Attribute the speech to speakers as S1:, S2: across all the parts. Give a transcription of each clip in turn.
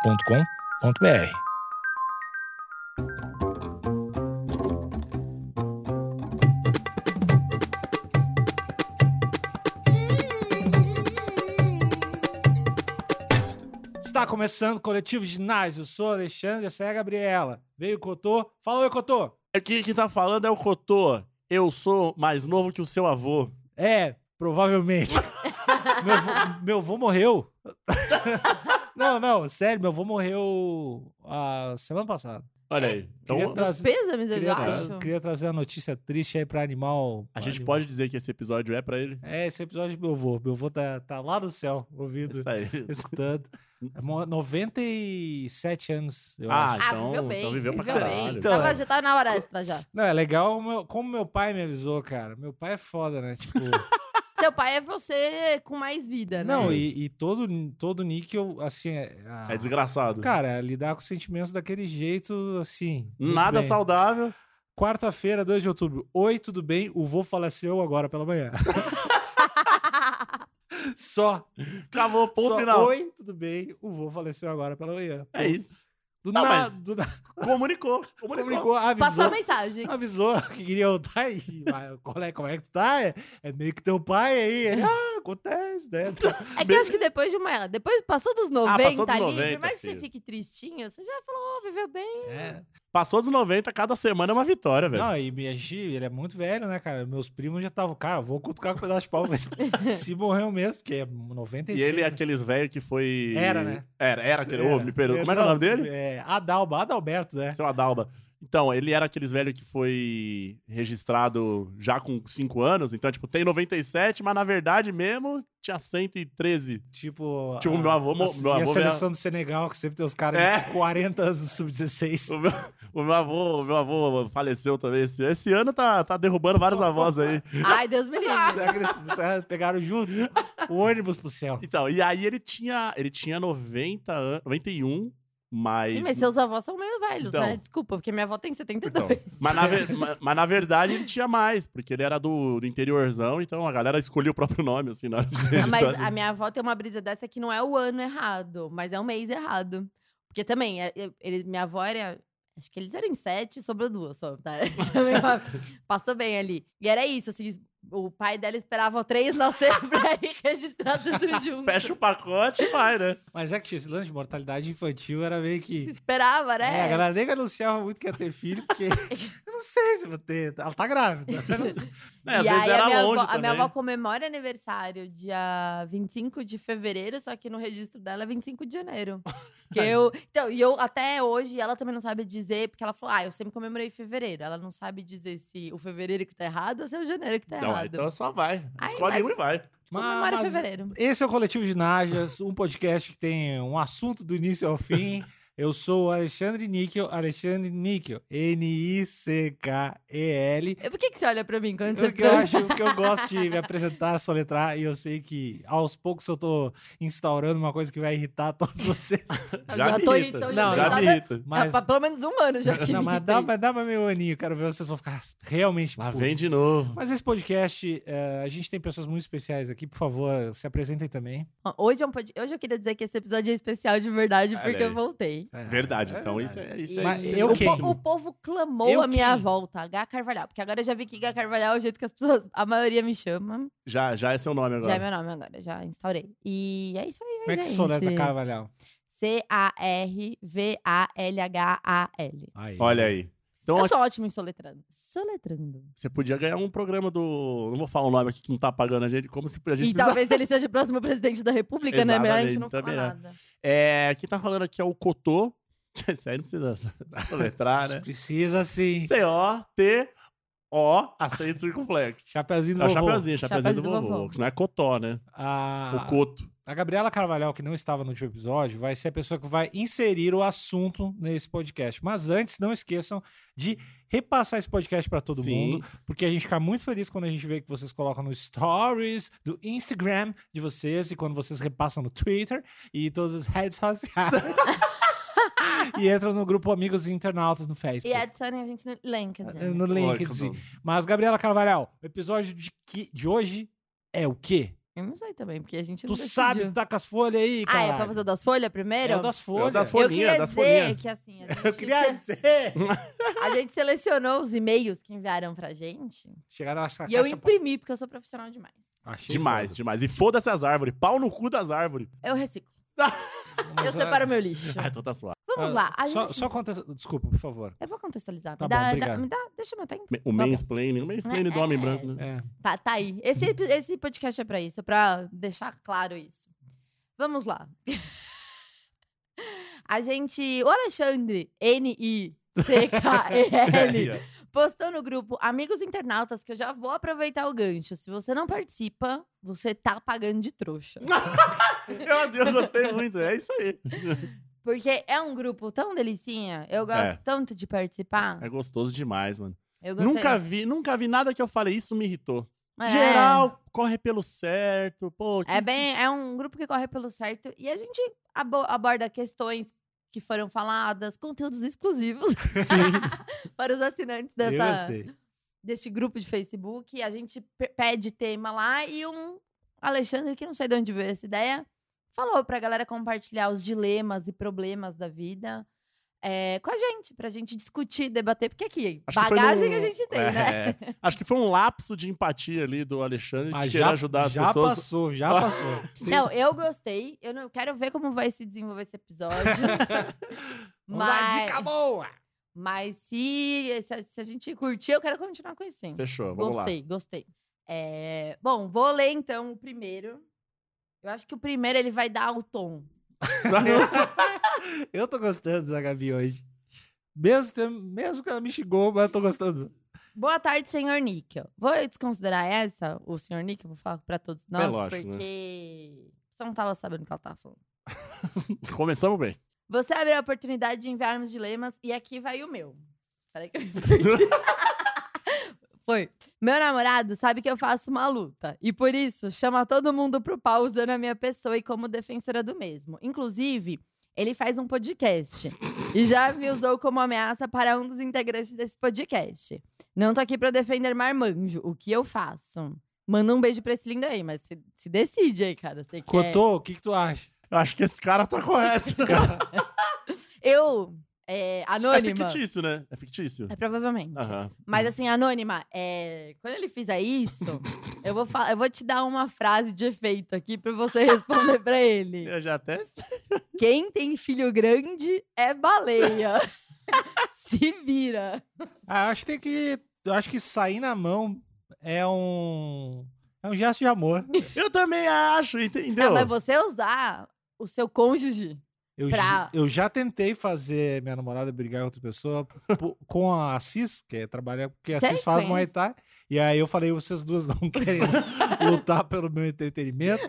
S1: agenciadepodcast.com.br.
S2: Está começando o Coletivo Ginásio. Eu sou Alexandre, essa é a Gabriela. Veio o Cotô. Fala oi, Cotô.
S3: Aqui quem tá falando é o Cotô. Eu sou mais novo que o seu avô.
S2: É, provavelmente. meu, vô, meu vô morreu. não, não, sério, meu vô morreu a semana passada.
S3: Olha aí.
S2: É, Queria
S3: Então,
S2: tra-
S4: Meus pêsames, eu
S2: Queria, tra-
S4: acho.
S2: queria trazer a notícia triste aí pra animal.
S3: a gente
S2: animal.
S3: pode dizer que esse episódio é pra ele?
S2: É, esse episódio do meu vô. Meu vô tá, tá lá no céu, ouvindo,
S3: É Isso aí.
S2: escutando. É mo- 97 anos, eu acho.
S3: Ah,
S4: Ah,
S3: então,
S4: viveu bem.
S3: então viveu pra
S4: viveu
S3: caralho.
S4: bem.
S2: Então,
S4: Tava, já tá na hora extra já.
S2: Não, é legal o meu- como meu pai me avisou, cara. Meu pai é foda, né? Tipo.
S4: Seu pai é você com mais vida, né?
S2: não, e, e todo, todo nick, eu, assim. É, a-
S3: É desgraçado.
S2: Cara, lidar com sentimentos daquele jeito, assim. muito
S3: Nada
S2: bem.
S3: saudável.
S2: Quarta-feira, 2 de outubro. Oi, tudo bem? O vô faleceu agora pela manhã. Só.
S3: Acabou, ponto
S2: Só,
S3: final.
S2: Oi, tudo bem? O vô faleceu agora pela manhã.
S3: É isso.
S2: Do
S3: Tá,
S2: nada.
S3: mas-
S2: Do nada.
S3: Comunicou. Comunicou.
S2: Comunicou, avisou.
S4: Passou a mensagem. É
S2: Avisou que queria voltar e mas qual é, como é que tu tá? É, é meio que teu pai aí. Ele, ah, acontece, né?
S4: É que eu acho que depois de uma. Depois passou dos 90
S3: Ah, passou dos
S4: ali,
S3: 90,
S4: por mais que você
S3: filho.
S4: fique tristinho, você já falou, "Ô, viveu bem.
S2: É,
S3: Passou dos 90, cada semana é uma vitória, velho.
S2: Não, e a gente, ele é muito velho, né, cara? Meus primos já estavam, cara, vou cutucar com um pedaço de pau, mas se morreu mesmo, porque é 96.
S3: E ele é
S2: né?
S3: aqueles velhos que foi.
S2: Era, né?
S3: Era, era aquele. Ô,
S2: Era.
S3: me perdoa. Como é que é o nome
S2: Não,
S3: dele?
S2: É, Adalba, Adalberto, né?
S3: Seu Adalba. Então, ele era aqueles velhos que foi registrado já com 5 anos. Então, tipo, tem 97, mas na verdade mesmo tinha 113.
S2: Tipo,
S3: Tipo, meu avô mo-
S2: a,
S3: meu
S2: e a
S3: avô
S2: seleção do Senegal, que sempre tem os caras
S3: É.
S2: de 40 anos no sub-16.
S3: O meu, o meu avô, o meu avô faleceu também esse ano. Esse ano tá, tá derrubando vários avós aí.
S4: Ai, Deus me
S3: É
S4: livre.
S2: Será que eles será que pegaram junto o ônibus pro céu?
S3: Então, e aí ele tinha, ele tinha 90 anos, 91, mas...
S4: Ih, Mas seus avós são meio velhos,
S3: Então.
S4: né? Desculpa, porque minha avó tem 72.
S3: Então, mas, na, ve- ma- mas na verdade ele tinha mais, porque ele era do, do interiorzão, então a galera escolhia o próprio nome, assim, na hora de
S4: Ah, Mas
S3: registrar.
S4: a minha avó tem uma brisa dessa que não é o ano errado, mas é o mês errado. Porque também, é- é- ele- minha avó era. Acho que eles eram em sete, sobrou duas só, tá? Passou bem ali. E era isso, assim, o pai dela esperava três nascer pra ir registrar tudo junto.
S3: Fecha o pacote e vai, né?
S2: Mas é que tinha esse lance de mortalidade infantil era meio que.
S4: Esperava, né?
S2: É, a galera nem anunciava muito que ia ter filho, porque eu não sei se vou ter. Ela tá grávida.
S3: É, às
S4: e
S3: vezes
S4: aí
S3: era
S4: a minha,
S3: longe
S4: avó, a
S3: também.
S4: minha avó comemora aniversário dia 25 de fevereiro, só que no registro dela é 25 de janeiro. Que eu, então, e eu até hoje ela também não sabe dizer, porque ela falou: "Ah, eu sempre comemorei em fevereiro". Ela não sabe dizer se o fevereiro que tá errado ou se é o janeiro que tá
S3: Não,
S4: errado.
S3: então só vai.
S4: Ai,
S3: Escolhe
S4: mas-
S3: um e vai.
S4: Comemora em
S2: Mas-
S4: fevereiro.
S2: Esse é o Coletivo Ginásias, um podcast que tem um assunto do início ao fim. Eu sou o Alexandre Níquel, Alexandre Níquel, N-I-C-K-E-L.
S4: E Por que que você olha pra mim quando você
S2: Porque eu
S4: pergunta?
S2: acho que eu gosto de me apresentar, soletrar, e eu sei que aos poucos eu tô instaurando uma coisa que vai irritar todos vocês.
S4: Eu
S3: Já
S4: já
S3: me
S4: tô
S3: irrita.
S4: irritada,
S2: já tô
S3: Já me
S4: irritada.
S3: irrita.
S2: Mas,
S4: Há pelo menos um ano já que
S2: não,
S4: me
S2: mas dá,
S4: irritei.
S2: mas dá pra meio aninho, quero ver vocês vão ficar realmente.
S3: Lá
S2: putos.
S3: vem de novo.
S2: Mas esse podcast, eh, a gente tem pessoas muito especiais aqui, por favor, se apresentem também.
S4: Ó, Hoje, é um pod- hoje eu queria dizer que esse episódio é especial de verdade,
S3: Olha
S4: porque
S3: aí.
S4: eu voltei.
S2: É,
S3: Verdade,
S2: é
S3: então
S2: verdade.
S3: isso é isso.
S4: E
S3: é
S2: Mas
S3: isso.
S2: eu
S4: o,
S2: quem?
S4: po- o povo clamou
S2: Eu
S4: a minha
S2: quem?
S4: volta, Gá Carvalhal. Porque agora eu já vi que Gá Carvalhal é o jeito que as pessoas, a maioria me chama.
S3: Já, já é seu nome agora.
S4: Já é meu nome agora, já instaurei. E é isso aí,
S2: Como é que
S4: gente.
S2: soletra Carvalhal?
S4: C-A-R-V-A-L-H-A-L.
S2: Aí.
S3: Olha aí. Então
S4: Eu sou ótimo em soletrando. Soletrando.
S3: você podia ganhar um programa do. Não vou falar o nome aqui que não tá pagando a gente, como se a gente.
S4: E talvez ele seja o próximo presidente da república, né? Melhor a gente não
S3: Exatamente,
S4: falar
S3: também é.
S4: nada.
S3: É, quem tá falando aqui é o Cotô. Esse aí não precisa soletrar, né?
S2: Precisa sim.
S3: C-O-T-O, acento circunflexo.
S2: Chapeuzinho do
S3: É o
S2: vovô.
S3: chapeuzinho, chapeuzinho
S4: Chapeuzinho
S3: do
S4: do
S3: vovô.
S4: vovô.
S3: que Não é Cotó, né?
S2: A...
S3: O Coto.
S2: a Gabriela Carvalhal, que não estava no último episódio, vai ser a pessoa que vai inserir o assunto nesse podcast. Mas antes, não esqueçam de repassar esse podcast para todo mundo, porque a gente fica muito feliz quando a gente vê que vocês colocam nos stories do Instagram de vocês e quando vocês repassam no Twitter e todas as redes sociais. e entram no grupo Amigos Internautas no Facebook.
S4: E adicionem a gente no LinkedIn.
S2: No
S3: Olha,
S2: LinkedIn. Mas, Gabriela Carvalhal, o episódio de, que, de hoje é o quê?
S4: Eu não sei também, porque a gente não
S2: Tu sabe,
S4: decidiu.
S2: tá com as folhas aí,
S4: Ah,
S2: cara.
S4: é pra fazer o das folhas primeiro?
S2: É o das folhas.
S3: É o das
S4: Eu
S3: folhas.
S4: queria
S3: Folhinha, das
S4: dizer
S3: folhinha.
S4: que assim, a gente,
S2: Eu queria dizer.
S4: a gente selecionou os e-mails que enviaram pra gente.
S2: Chegaram a achar
S4: e eu imprimi, porque eu sou profissional demais.
S3: Demais, demais. E foda-se as árvores. Pau no cu das árvores.
S4: Eu reciclo. eu separo meu lixo.
S3: Ah, então tá suave.
S4: Vamos lá. a
S2: é, Só,
S4: gente-
S2: só conta. Desculpa, por favor.
S4: Eu vou contextualizar.
S2: Tá
S4: me,
S2: bom,
S4: dá,
S2: obrigado.
S4: dá- me dá- deixa meu tempo.
S3: O
S4: bom.
S3: mansplaining. O mansplaining do homem
S4: É.
S3: branco, né?
S2: É.
S4: Tá, tá aí. Esse, esse podcast é pra isso, é pra deixar claro isso. Vamos lá. A gente. O Alexandre, N-I-C-K-E-L, postou no grupo Amigos Internautas, que eu já vou aproveitar o gancho. Se você não participa, você tá pagando de trouxa.
S3: Meu Deus, gostei muito. É isso aí.
S4: Porque é um grupo tão delicinha, eu gosto
S3: É.
S4: tanto de participar.
S3: É gostoso demais, mano.
S4: Eu gostei-
S3: Nunca vi, nunca vi nada que eu falei, isso me irritou.
S4: É.
S3: Geral, corre pelo certo. Pô, que-
S4: É bem, é um grupo que corre pelo certo e a gente abo- aborda questões que foram faladas, conteúdos exclusivos para os assinantes
S2: Eu
S4: dessa,
S2: gostei.
S4: deste grupo de Facebook. A gente pe- pede tema lá e um Alexandre, que não sei de onde veio essa ideia, falou pra galera compartilhar os dilemas e problemas da vida é, com a gente, pra gente discutir, debater, porque aqui,
S3: Acho que foi
S4: bagagem
S3: num-
S4: a gente tem,
S3: É,
S4: né?
S3: é. Acho que foi um lapso de empatia ali do Alexandre de
S2: Mas
S3: querer
S2: já,
S3: ajudar as
S2: já
S3: pessoas.
S2: passou, já passou.
S4: Não, eu gostei. Eu não quero ver como vai se desenvolver esse episódio.
S2: Vamos lá, dica
S4: mas,
S2: boa!
S4: mas se, se, a, se a gente curtir, eu quero continuar conhecendo.
S3: Fechou, Então, vamos
S4: Gostei, gostei. É, bom, vou ler então o primeiro. Eu acho que o primeiro ele vai dar o tom.
S3: lá.
S2: Eu tô gostando da Gabi hoje. Mesmo, tem- mesmo que ela me xingou, mas eu tô gostando.
S4: É. Boa tarde, senhor Níquel. Vou desconsiderar essa, o senhor Níquel, vou falar pra todos nós,
S3: lógico, né?
S4: porque você não tava sabendo o que ela tava falando.
S3: Começamos bem.
S4: Você abriu a oportunidade de enviarmos dilemas e aqui vai o meu. Peraí que eu me perdi. Foi. Meu namorado sabe que eu faço uma luta e por isso chama todo mundo pro pau usando a minha pessoa e como defensora do mesmo. Inclusive, ele faz um podcast e já me usou como ameaça para um dos integrantes desse podcast. Não tô aqui pra defender marmanjo, o que eu faço? Manda um beijo pra esse lindo aí, mas se, se decide aí, cara. Você quer...
S2: Cotô, o que, que tu acha?
S3: Eu acho que esse cara tá correto.
S4: Eu, é,
S3: é
S4: anônima.
S3: fictício, né? É fictício.
S4: É, provavelmente.
S3: Aham.
S4: Mas assim, anônima, é, quando ele fizer isso, eu vou falar, eu vou te dar uma frase de efeito aqui pra você responder pra ele.
S3: Eu já até.
S4: Quem tem filho grande é baleia. Se vira.
S2: Ah, acho que tem que. eu Acho que sair na mão é um. É um gesto de amor.
S3: Eu também acho, entendeu?
S4: Não, Ah, mas você usar o seu cônjuge.
S2: Eu,
S4: Pra-
S2: já- eu já tentei fazer minha namorada brigar com outra pessoa po- com a Assis, que é trabalhar, porque a
S4: Sério
S2: Assis
S4: que
S2: faz
S4: conhece?
S2: Muay Thai. E aí eu falei, vocês duas não querem lutar pelo meu entretenimento.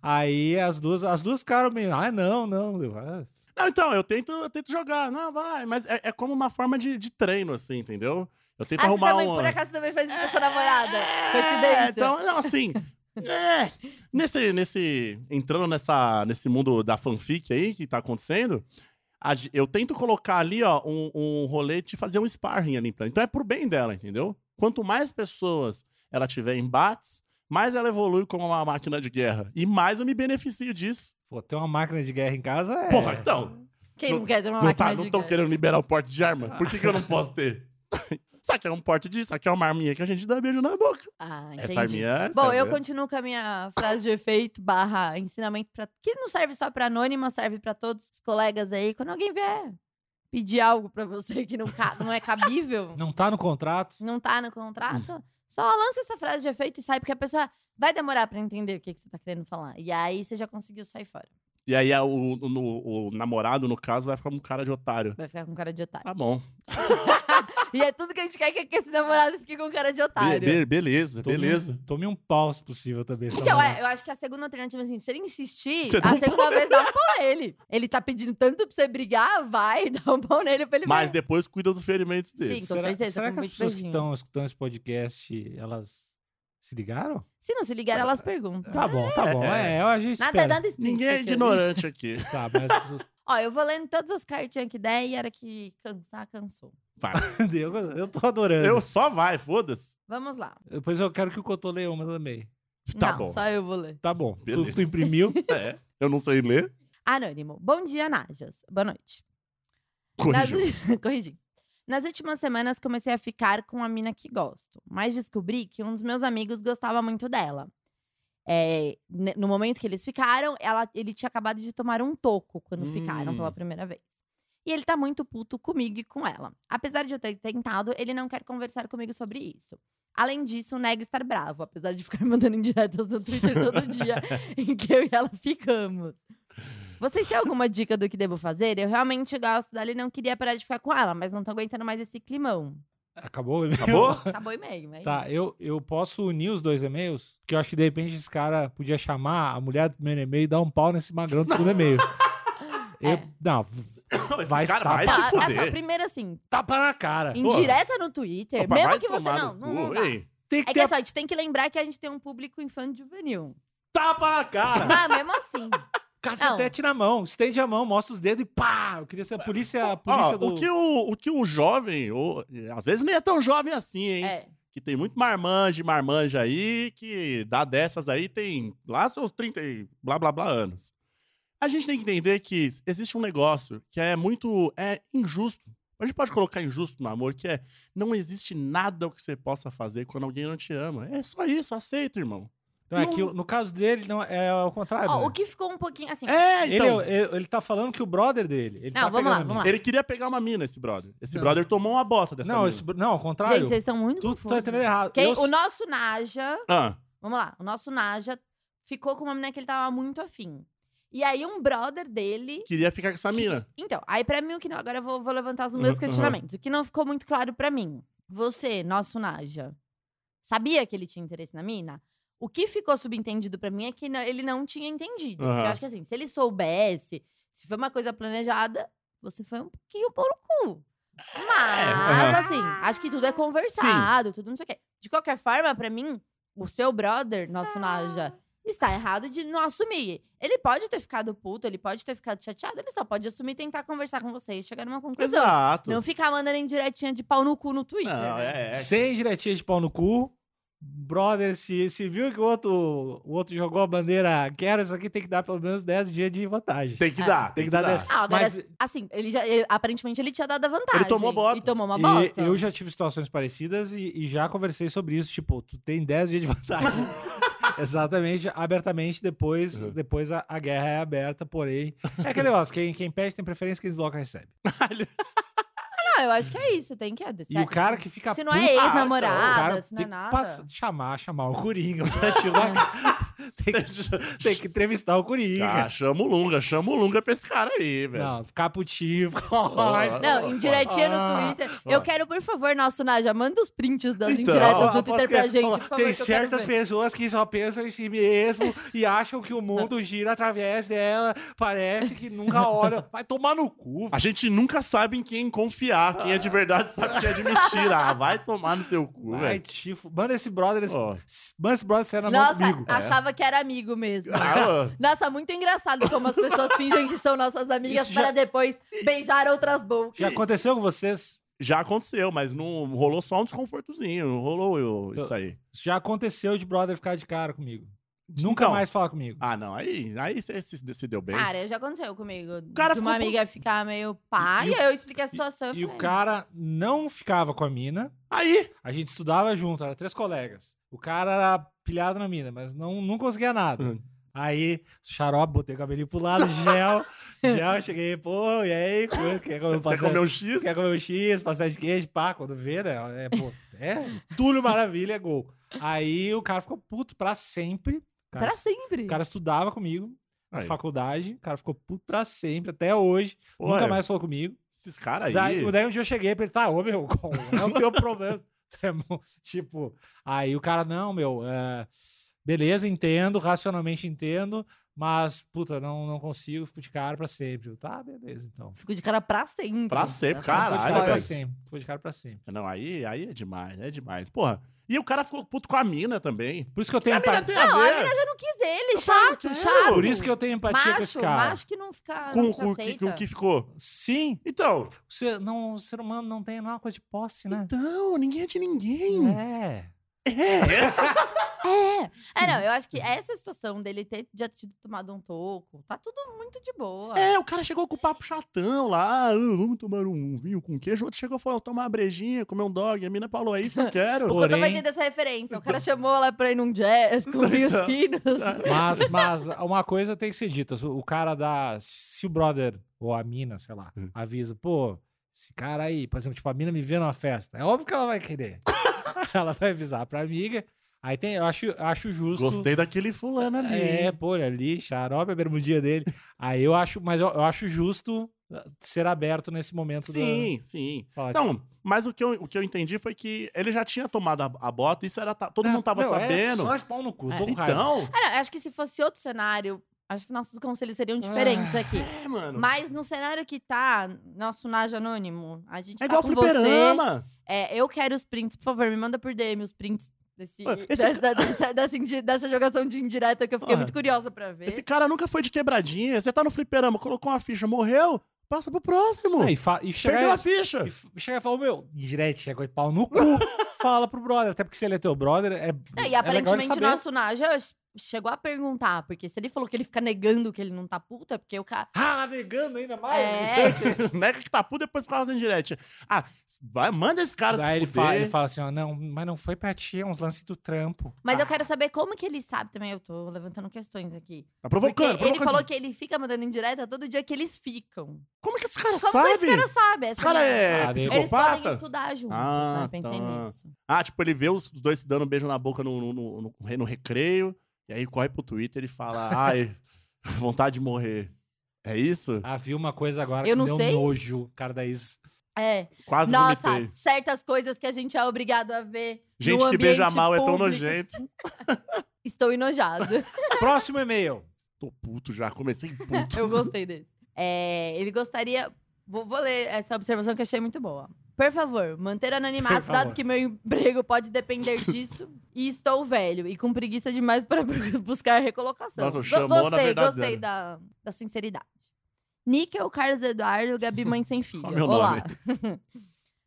S2: Aí as duas, as duas ficaram meio, ah, não, não. Eu, "Ah,
S3: Não, então, eu tento, eu tento jogar. Não, vai. Mas é, é como uma forma de, de treino, assim, entendeu? Eu tento
S4: Ah, você
S3: arrumar
S4: também,
S3: uma.
S4: por acaso, também faz isso com a sua namorada.
S3: É,
S4: Coincidência.
S3: Então, não, assim. é, nesse, nesse. Entrando nessa, nesse mundo da fanfic aí que tá acontecendo. a ge- Eu tento colocar ali, ó, um, um rolê de fazer um sparring ali. pra- Então é pro bem dela, entendeu? Quanto mais pessoas ela tiver em bates, mais ela evolui como uma máquina de guerra. E mais eu me beneficio disso.
S2: Pô, ter uma máquina de guerra em casa é.
S3: Porra, então.
S4: Quem não,
S3: Não-
S4: quer ter uma
S3: Não
S4: máquina
S3: tá,
S4: de
S3: não estão
S4: guerra?
S3: querendo liberar o porte de arma? Por que, que eu não posso ter? Isso aqui é um porte disso, isso aqui é uma arminha que a gente dá beijo na boca.
S4: Ah,
S3: Essa
S4: entendi.
S3: arminha é.
S4: Bom, eu
S3: continuo.
S4: continuo com a minha frase de efeito barra ensinamento pra, que não serve só pra anônima, serve pra todos os colegas aí. Quando alguém vier pedir algo pra você que não, ca- não é cabível,
S2: Não tá no contrato?
S4: não tá no contrato, só lança essa frase de efeito e sai, porque a pessoa vai demorar pra entender o que, que você tá querendo falar. E aí você já conseguiu sair fora.
S3: E aí a- o, o- no- o namorado, no caso, vai ficar um cara de otário.
S4: Vai ficar com cara de otário.
S3: Tá bom.
S4: E é tudo que a gente quer que que esse namorado fique com cara de
S3: Be-
S4: otário.
S3: be- beleza,
S2: Tome um-
S3: beleza.
S2: Tome um pau, se possível, também. se
S4: Então,
S2: namorar.
S4: é, eu acho que a segunda alternativa, assim, se ele insistir,
S3: Você dá
S4: a
S3: um
S4: segunda vez dá um pau nele. Ele tá pedindo tanto pra você brigar, vai, dá um pau nele pra ele
S3: Mas
S4: ver.
S3: depois cuida dos ferimentos dele.
S4: Sim, com
S2: será,
S4: certeza.
S2: será
S4: com
S2: que as
S4: muito
S2: pessoas que
S4: beijinho.
S2: estão escutando esse podcast, elas se ligaram?
S4: Se não se ligar, elas perguntam.
S2: Tá bom, tá bom. É, a gente
S4: Nada,
S2: espera.
S4: nada explícito.
S3: Ninguém é
S4: aqui.
S3: ignorante aqui.
S2: Tá, mas
S4: Ó, eu vou lendo todas as cartinhas que der e era que cansar, cansou.
S2: eu, eu tô adorando.
S3: Eu só vai, foda-se.
S4: Vamos lá.
S2: Depois eu quero que o Cotô leia uma também.
S3: Tá
S4: não,
S3: bom.
S4: só eu vou ler.
S2: Tá bom. Tu,
S3: Beleza.
S2: tu imprimiu.
S3: É, eu não sei ler.
S4: Anônimo. Bom dia, Najas. Boa noite. Nas
S3: Corrigiu.
S4: ulti- Corrigi. Nas últimas semanas comecei a ficar com a mina que gosto, mas descobri que um dos meus amigos gostava muito dela. É, ne- no momento que eles ficaram, ela- ele tinha acabado de tomar um toco quando ficaram
S3: Hum.
S4: pela primeira vez. E ele tá muito puto comigo e com ela. Apesar de eu ter tentado, ele não quer conversar comigo sobre isso. Além disso, nega estar bravo, apesar de ficar mandando indiretas no Twitter todo dia em que eu e ela ficamos. Vocês têm alguma dica do que devo fazer? Eu realmente gosto dela e não queria parar de ficar com ela, mas não tô aguentando mais esse climão.
S2: Acabou?
S3: Acabou?
S4: Acabou o e-mail, mas.
S2: Tá, eu, eu posso unir os dois e-mails? Porque eu acho que de repente esse cara podia chamar a mulher do primeiro e-mail e dar um pau nesse magrão do segundo e-mail.
S4: É.
S2: Eu- não,
S3: Não, esse
S2: Vai
S3: cara
S2: estar-
S3: vai
S4: Tá,
S3: te
S4: essa
S3: foder.
S4: primeira, assim,
S2: tapa na cara.
S4: indireta no Twitter,
S3: Opa, vai
S4: mesmo que você
S3: tomar
S4: não.
S3: no
S4: não, não
S3: cu,
S4: dá.
S3: ei.
S2: Tem que
S4: É que
S2: ter
S4: assim, ó, a gente tem que lembrar que a gente tem um público infanto juvenil.
S2: tapa na cara.
S4: Mas mesmo assim.
S2: Cacetete na mão. Estende a mão, mostra os dedos e pá! Eu queria ser a polícia, a polícia
S3: Ó,
S2: do...
S3: o, que o, o que o jovem, ou, às vezes nem é tão jovem assim, hein?
S4: é.
S3: Que tem muito marmanjo e marmanja aí, que dá dessas aí, tem lá seus 30 e blá blá blá anos. A gente tem que entender que existe um negócio que é muito é injusto. A gente pode colocar injusto no amor, que é não existe nada que você possa fazer quando alguém não te ama. É só isso, aceita, irmão.
S2: Então, é
S3: Não-
S2: que no caso dele, não, é ao contrário.
S4: Ó,
S2: né?
S4: o que ficou um pouquinho assim.
S3: É,
S2: ele,
S3: então. Ele,
S2: ele, ele tá falando que o brother dele. Ele
S4: Não,
S2: tá
S4: vamos
S2: pegando
S4: lá,
S2: a mina.
S4: vamos lá.
S3: queria pegar uma mina, esse brother. Esse
S2: Não.
S3: brother tomou uma bota dessa
S2: Não,
S3: mina.
S2: esse, não, ao contrário.
S4: Gente, vocês estão muito.
S2: tu
S4: confusos.
S2: tá entendendo errado.
S4: Quem-
S2: Eu-
S4: O nosso Naja.
S3: Ah,
S4: Vamos lá. O nosso Naja ficou com uma menina que ele tava muito afim. E aí, um brother dele
S3: queria ficar com essa
S4: que-
S3: mina.
S4: Então, aí pra mim o que não. Agora eu vou, vou levantar os
S3: Uhum,
S4: meus
S3: uhum.
S4: questionamentos. O que não ficou muito claro pra mim. Você, nosso Naja, sabia que ele tinha interesse na mina? O que ficou subentendido pra mim é que não- ele não tinha entendido. Porque
S3: Aham.
S4: eu acho que assim, se ele soubesse, se foi uma coisa planejada, você foi um pouquinho pau no cu. Mas,
S3: É, aham.
S4: assim, acho que tudo é conversado, tudo não sei o quê. De qualquer forma, pra mim, o seu brother, nosso Naja, está errado de não assumir. Ele pode ter ficado puto, ele pode ter ficado chateado, ele só pode assumir e tentar conversar com você e chegar numa conclusão.
S3: Exato.
S4: Não ficar mandando indiretinha de pau no cu no Twitter.
S3: Não,
S4: né?
S3: é, é.
S2: Sem diretinha de pau no cu. Brother, se, se viu que o outro, o outro jogou a bandeira, quero, isso aqui tem que dar pelo menos 10 dias de vantagem.
S3: Tem que
S4: É.
S3: dar.
S2: Ah, Tem que dar dez.
S4: Não, agora,
S2: Mas-
S4: assim, ele já, ele- aparentemente ele tinha dado a vantagem.
S3: Ele tomou bota.
S4: E tomou uma
S2: E
S4: bota.
S2: eu já tive situações parecidas e, e já conversei sobre isso. Tipo, tu tem 10 dias de vantagem. Exatamente, abertamente, depois,
S3: Uhum.
S2: depois a, a guerra é aberta, porém. É aquele negócio: quem, quem pede tem preferência, quem desloca recebe.
S4: Não, eu acho que é isso, tem que...
S2: E o cara que fica
S4: Se não é
S2: puto-
S4: ex-namorada,
S2: o cara
S4: se não é
S2: tem que
S4: nada.
S2: passa- chamar, chamar o Coringa pra tirar- tem, que, tem que entrevistar o Coringa.
S3: Ah, chama o Lunga, chama o Lunga pra esse cara aí, velho.
S2: Não, caputivo.
S4: Não, indiretinha
S2: Ah,
S4: no Twitter. eu
S3: ah.
S4: quero, por favor, nosso Naja, manda os prints das
S3: Então,
S4: indiretas
S2: Ó,
S4: do Twitter
S2: aposto que
S4: pra
S2: é-
S4: gente,
S2: ó,
S4: por favor,
S2: Tem
S4: que eu quero
S2: certas
S4: ver.
S2: pessoas que só pensam em si mesmo e acham que o mundo gira através dela. Parece que nunca olham. Vai tomar no cu.
S3: A gente nunca sabe em quem confiar. Quem é de verdade sabe quem é de mentira. Ah, vai tomar no teu cu,
S2: Ai,
S3: velho.
S2: tifo. Manda esse brother. Esse,
S3: Ó.
S2: Manda esse brother sair na mão
S4: Nossa,
S2: comigo.
S4: achava que era amigo mesmo.
S3: Ah,
S4: Nossa, muito engraçado como as pessoas fingem que são nossas amigas
S2: Isso já-
S4: para depois beijar outras bocas.
S2: Já aconteceu com vocês?
S3: já aconteceu, mas não rolou só um desconfortozinho. Não rolou eu- isso aí.
S2: Isso já aconteceu de brother ficar de cara comigo. Nunca
S3: Então,
S2: mais falar comigo.
S3: Ah, não. Aí, aí você se, se deu bem.
S4: Cara, já aconteceu comigo.
S3: cara
S4: de uma
S3: ficou
S4: amiga ficar meio pá,
S2: E-
S4: e,
S2: e o-
S4: aí eu expliquei a situação.
S2: E
S4: eu
S2: o
S4: falei,
S2: cara não ficava com a mina.
S3: Aí,
S2: A gente estudava junto, era três colegas. O cara era pilhado na mina, mas não, não conseguia nada.
S3: Uhum.
S2: Aí, xarope, botei o cabelinho pro lado, gel, gel, cheguei, pô, e aí, co- quer comer um
S3: você
S2: pastel?
S3: comeu um X?
S2: Quer comer um X, pastel de queijo, pá, quando vê, né? É, pô, é Túlio Maravilha, é gol. Aí o cara ficou puto pra sempre. O cara,
S4: Pra sempre.
S2: o cara estudava comigo na
S3: Aí.
S2: faculdade, o cara ficou puto pra sempre, até hoje,
S3: Pô,
S2: nunca
S3: é,
S2: mais falou comigo.
S3: Esses caras aí.
S2: Daí, daí um dia eu cheguei pra ele, tá, ô meu, qual é o teu problema? Tu é mo- tipo, aí o cara, não, meu, é, beleza, entendo, racionalmente entendo, mas, puta, não, não consigo, fico de cara pra sempre. Eu, tá, beleza, então.
S4: Fico de cara pra sempre.
S3: Pra sempre,
S4: Ela ficou de
S3: caralho,
S2: Ficou de cara
S4: cara
S2: pra
S3: velho.
S2: sempre, ficou de cara pra sempre.
S3: Não, aí, aí é demais, é demais. Porra. E o cara ficou puto com a mina também.
S2: Por isso que eu
S3: E
S2: tenho
S3: a mina
S2: empatia.
S3: tem a
S4: Não, a
S3: ver.
S4: mina já não quis ele,
S3: falo,
S4: É chato,
S3: quero.
S4: chato.
S2: Por isso que eu tenho empatia
S4: macho,
S2: com esse cara.
S4: Macho que não fica.
S3: Com
S4: não
S3: o
S4: se
S3: cu que,
S4: aceita.
S3: o que ficou.
S2: Sim,
S3: Então.
S2: o ser, não, o ser humano não tem não é uma coisa de posse, né?
S3: Então, ninguém é de ninguém.
S2: É.
S4: É. É, não, eu acho que essa situação dele ter já tido tomado um toco, tá tudo muito de boa.
S3: É, o cara chegou com o papo chatão lá, ah, vamos tomar um vinho com queijo. O outro chegou e falou, tomar uma brejinha, comer um dog. A mina falou, é isso que eu quero.
S4: O Cotô vai
S2: porém-
S4: entender essa referência. O cara chamou ela pra ir num jazz com vinhos finos.
S2: Mas, mas uma coisa tem que ser dita. O cara da. Se o brother ou a mina, sei lá,
S3: Hum.
S2: avisa, pô, esse cara aí, por exemplo, tipo, a mina me vê numa festa. É óbvio que ela vai querer. ela vai avisar pra amiga. Aí tem, eu acho, eu acho justo.
S3: Gostei daquele fulano ali.
S2: É, pô, olha ali, xarope, a bermudinha dele. Aí eu acho, mas eu, eu acho justo ah, ser aberto nesse momento da.
S3: Sim, sim.
S2: falar, tipo,
S3: Então, mas o que, eu, o que eu entendi foi que ele já tinha tomado a, a bota, isso era. ta- Todo mundo tava
S2: Não, É
S3: sabendo.
S2: só esse pau no cu,
S4: É.
S2: tô com raiva.
S3: então,
S4: Ah, não, acho que se fosse outro cenário, acho que nossos conselhos seriam diferentes aqui.
S3: é, mano.
S4: Mas no cenário que tá nosso Naja Anônimo, a gente
S3: é
S4: tá
S3: igual
S4: com você.
S3: fliperama.
S4: É, eu quero os prints, por favor, me manda por DM os prints desse,
S3: Ué, esse
S4: dessa, dessa- dessa indi- dessa jogação de indireta que eu fiquei
S3: Porra.
S4: muito curiosa pra ver.
S3: Esse cara nunca foi de quebradinha. Você tá no fliperama, colocou uma ficha, morreu, passa pro próximo.
S2: É, e, fa- e
S3: Perdeu
S2: chegar
S3: a ficha.
S2: e f- chega e fala, "Ô, meu, direto, chega de pau no cu, fala pro brother. Até porque se ele é teu brother, é. é
S4: Não, e
S2: legal ele
S4: aparentemente o
S2: saber.
S4: nosso Naja chegou a perguntar, porque se ele falou que ele fica negando que ele não tá puto, é porque o cara.
S2: Ah, negando ainda mais.
S4: É,
S3: Nega que tá puto, depois fica fazendo direto. Ah, vai, manda esse cara
S2: Daí
S3: se
S2: ele
S3: fuder.
S2: fala, ele fala assim, ó, não, mas não foi pra ti, é uns lances do trampo.
S4: mas
S2: Ah,
S4: eu quero saber como que ele sabe também. Eu tô levantando questões aqui.
S3: Tá
S4: Porque
S3: provocando,
S4: ele
S3: provocando.
S4: falou que ele fica mandando indireta todo dia que eles ficam.
S3: Como que esse cara
S4: Como
S3: sabe?
S4: que esse cara sabe?
S3: Esse
S4: Essa
S3: cara
S4: mulher-
S3: é
S2: Ah, dele.
S4: Eles podem
S3: psicopata?
S4: estudar juntos,
S3: Ah,
S4: né? Pensei
S3: tá.
S4: nisso.
S3: Ah, tipo, ele vê os dois se dando um beijo na boca no, no, no- no- no recreio, e aí corre pro Twitter e fala, ai, vontade de morrer. É isso?
S2: Ah, vi uma coisa agora
S4: Eu
S2: que
S4: não
S2: deu
S4: sei.
S2: nojo, cara da Is.
S4: É.
S3: Quase
S4: Nossa,
S3: vomitei.
S4: certas coisas que a gente é obrigado a ver. no
S3: Gente que
S4: ambiente
S3: beija mal é tão
S4: público.
S3: nojento.
S4: Estou enojado.
S2: Próximo e-mail.
S3: Tô puto já, comecei puto.
S4: Eu gostei dele. É, ele gostaria. Vou, vou ler essa observação que eu achei muito boa. Por favor, manter o
S2: Por
S4: anonimato,
S2: favor.
S4: dado que meu emprego pode depender disso. e estou velho e com preguiça demais para buscar recolocação.
S3: Nossa,
S4: Go-
S3: chamou na
S4: gostei,
S3: verdade né?
S4: gostei da, da sinceridade. Níquel, Carlos Eduardo, Gabi Mãe Sem Filho.
S3: Qual é o meu
S4: Olá.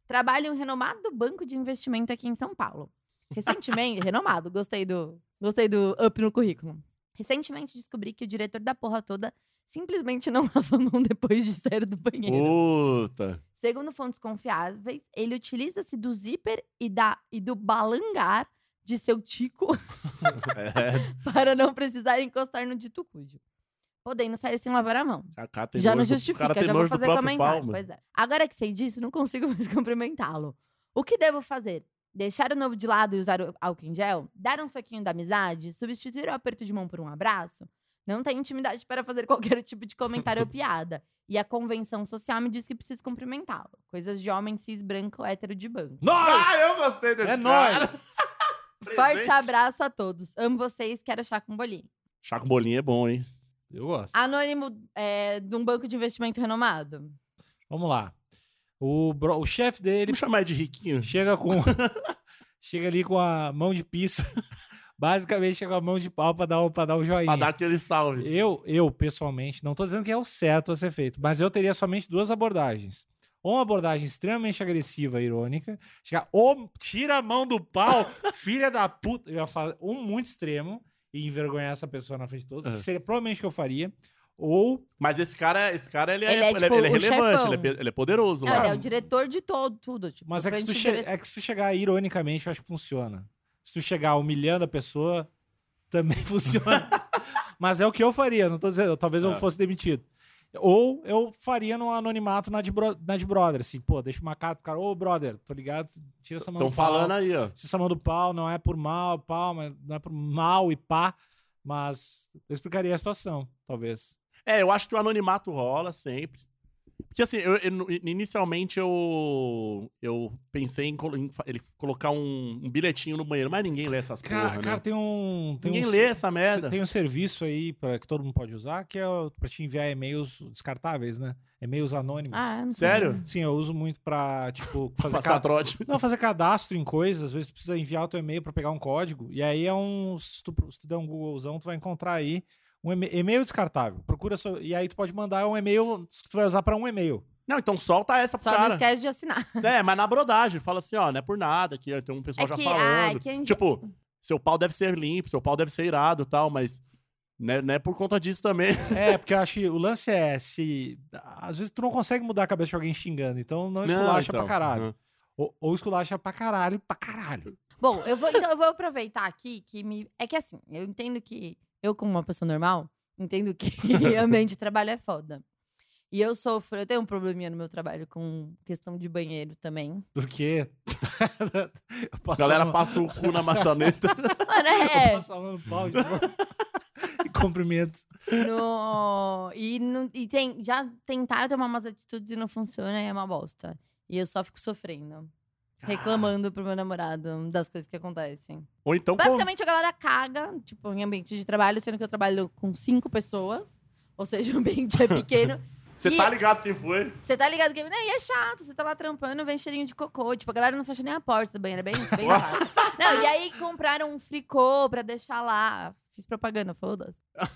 S4: Trabalho em um renomado banco de investimento aqui em São Paulo. Recentemente, renomado, gostei do, gostei do up no currículo. Recentemente descobri que o diretor da porra toda simplesmente não lava a mão depois de sair do banheiro.
S3: Puta.
S4: Segundo fontes confiáveis, ele utiliza-se do zíper e, da, e do balangar de seu tico
S3: É,
S4: para não precisar encostar no dito cujo. Podendo sair sem lavar a mão.
S3: a cara tem
S4: já não
S3: nojo do-
S4: justifica,
S3: o cara tem
S4: já vou
S3: nojo do
S4: fazer
S3: próprio
S4: comentário.
S3: palmo.
S4: Pois é. Agora que sei disso, não consigo mais cumprimentá-lo. O que devo fazer? Deixar o novo de lado e usar o álcool em gel? Dar um soquinho da amizade? Substituir o aperto de mão por um abraço? Não tenho intimidade para fazer qualquer tipo de comentário ou piada. E a convenção social me diz que preciso cumprimentá-lo. Coisas de homem cis branco hétero de banco.
S2: Nós!
S3: Ah, eu gostei desse
S2: é
S3: cara.
S2: nós!
S3: é
S4: Forte abraço a todos. Amo vocês, quero chá com bolinho.
S3: Chá com bolinha é bom, hein?
S2: Eu gosto.
S4: Anônimo é, de um banco de investimento renomado.
S2: Vamos lá. O, bro- o chefe dele
S3: Ele me chamar de riquinho.
S2: chega com. chega ali com a mão de pizza. Basicamente, chega com a mão de pau pra dar, o- pra dar um joinha.
S3: Pra dar aquele salve.
S2: Eu, eu, pessoalmente, não tô dizendo que é o certo a ser feito, mas eu teria somente duas abordagens. Ou uma abordagem extremamente agressiva, irônica, chegar, ou tira a mão do pau, filha da puta. Eu ia fazer um muito extremo e envergonhar essa pessoa na frente de todos,
S3: Aham.
S2: que seria provavelmente o que eu faria. Ou
S3: Mas esse cara, esse cara ele, é,
S4: Ele é,
S3: ele,
S4: tipo,
S3: ele é
S4: o
S3: relevante,
S4: chefão.
S3: ele é, pe- ele é poderoso.
S4: Não,
S3: lá.
S4: ele é o diretor de todo, tudo. Tipo,
S2: Mas é que, se tu
S4: frente
S2: che-
S4: dire-
S2: é que se tu chegar ironicamente, eu acho que funciona. Se tu chegar humilhando a pessoa, também funciona. Mas é o que eu faria, não tô dizendo, talvez eu
S3: Ah.
S2: fosse demitido. Ou eu faria no anonimato na de, bro- na de brother, assim, pô, deixa uma carta pro cara, ô brother, tô ligado, tira essa mão
S3: Estão
S2: do pau.
S3: falando né?" aí, ó.
S2: Tira essa mão do pau, não é por mal, pau, mas não é por mal e pá. Mas eu explicaria a situação, talvez.
S3: É, eu acho que o anonimato rola sempre. Porque assim, eu, eu- inicialmente eu, eu pensei em, colo- em fa- ele colocar um, um bilhetinho no banheiro, mas ninguém lê essas
S2: Cara,
S3: porra,
S2: cara,
S3: né?
S2: tem um. Tem
S3: Ninguém
S2: um-
S3: lê essa
S2: Tem-
S3: merda.
S2: Tem um serviço aí pra, que todo mundo pode usar, que é o- pra te enviar e-mails descartáveis, né? E-mails anônimos.
S4: Ah, não sei.
S3: Sério?
S2: Sim, eu uso muito pra, tipo, fazer,
S3: Passar
S2: ca...
S3: trote.
S2: Não, fazer cadastro em coisas. Às vezes tu precisa enviar o teu e-mail pra pegar um código. E aí é um... Se tu, se tu der um Googlezão, tu vai encontrar aí um e- e-mail descartável. Procura... sua- E aí tu pode mandar um e-mail que tu vai usar pra um e-mail.
S3: Não, então solta essa pro
S4: Só não
S3: cara.
S4: esquece de assinar.
S3: É, mas na brodagem, fala assim, ó, não é por nada, que tem um pessoal
S4: É
S3: já
S4: que-
S3: falando.
S4: ah, que a gente-
S3: Tipo, seu pau deve ser limpo, seu pau deve ser irado e tal, mas não é, não é por conta disso também.
S2: É, porque eu acho que o lance é se. Às vezes tu não consegue mudar a cabeça de alguém xingando, então não esculacha
S3: então.
S2: pra caralho.
S3: Uhum.
S2: Ou, ou esculacha pra caralho, pra caralho.
S4: Bom, eu vou, então eu vou aproveitar aqui que me. É que assim, eu entendo que. Eu, como uma pessoa normal, entendo que ambiente de trabalho é foda. E eu sofro, eu tenho um probleminha no meu trabalho com questão de banheiro também.
S2: Porque. eu
S3: A
S2: passo a
S3: galera
S2: mão-
S3: passa o cu na maçaneta.
S4: Mano,
S2: Eu
S4: é.
S2: passo a mão no pau de novo. E cumprimento.
S4: No... E, não... e tem... já tentaram tomar umas atitudes e não funciona, e é uma bosta. E eu só fico sofrendo.
S3: Ah.
S4: Reclamando pro meu namorado das coisas que acontecem.
S3: Ou então, pô,
S4: Basicamente, a galera caga, tipo, em ambiente de trabalho, sendo que eu trabalho com cinco pessoas. Ou seja, o ambiente é pequeno.
S3: você tá ligado quem foi?
S4: Você tá ligado que. Não, e é chato, você tá lá trampando, vem cheirinho de cocô. Tipo, a galera não fecha nem a porta do banheiro, é bem, bem chato. Não, e aí compraram um fricô pra deixar lá. Fiz propaganda, foda-se. E a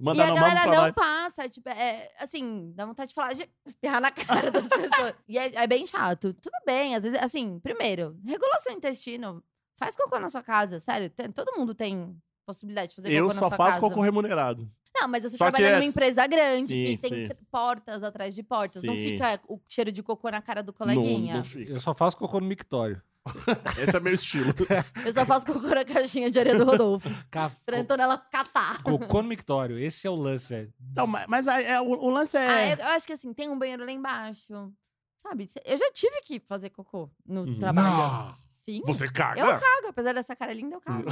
S3: Mandaram mamas
S4: galera
S3: pra
S4: não
S3: nós.
S4: passa, tipo, é, assim, dá vontade de falar, "Gente", espirrar na cara das pessoas. E é, é bem chato. Tudo bem, às vezes, assim, primeiro, regula seu intestino, faz cocô na sua casa, sério, tem- todo mundo tem possibilidade de fazer
S3: Eu
S4: cocô na
S3: só
S4: sua
S3: faço
S4: casa.
S3: cocô remunerado.
S4: Não, mas você
S3: Só que
S4: trabalha
S3: é-
S4: numa empresa grande,
S3: Sim,
S4: que
S3: sim.
S4: tem tr- portas atrás de portas, não
S3: Sim.
S4: fica o cheiro de cocô na cara do
S3: Não,
S4: coleguinha.
S3: não fica.
S2: Eu só faço cocô no mictório.
S3: Esse é meu estilo.
S4: Eu só faço cocô na caixinha de areia do Rodolfo,
S2: Ca-
S4: pra Antonella catar.
S2: Cocô no mictório. Esse é o lance, velho.
S3: Então, mas mas aí, é, o, o lance
S4: Ah,
S3: é...
S4: eu, eu acho que assim, tem um banheiro lá embaixo. Sabe? cê- Eu já tive que fazer cocô no
S3: Uhum.
S4: trabalho. Sim.
S3: Você caga?
S4: Eu cago, apesar dessa cara linda, eu cago.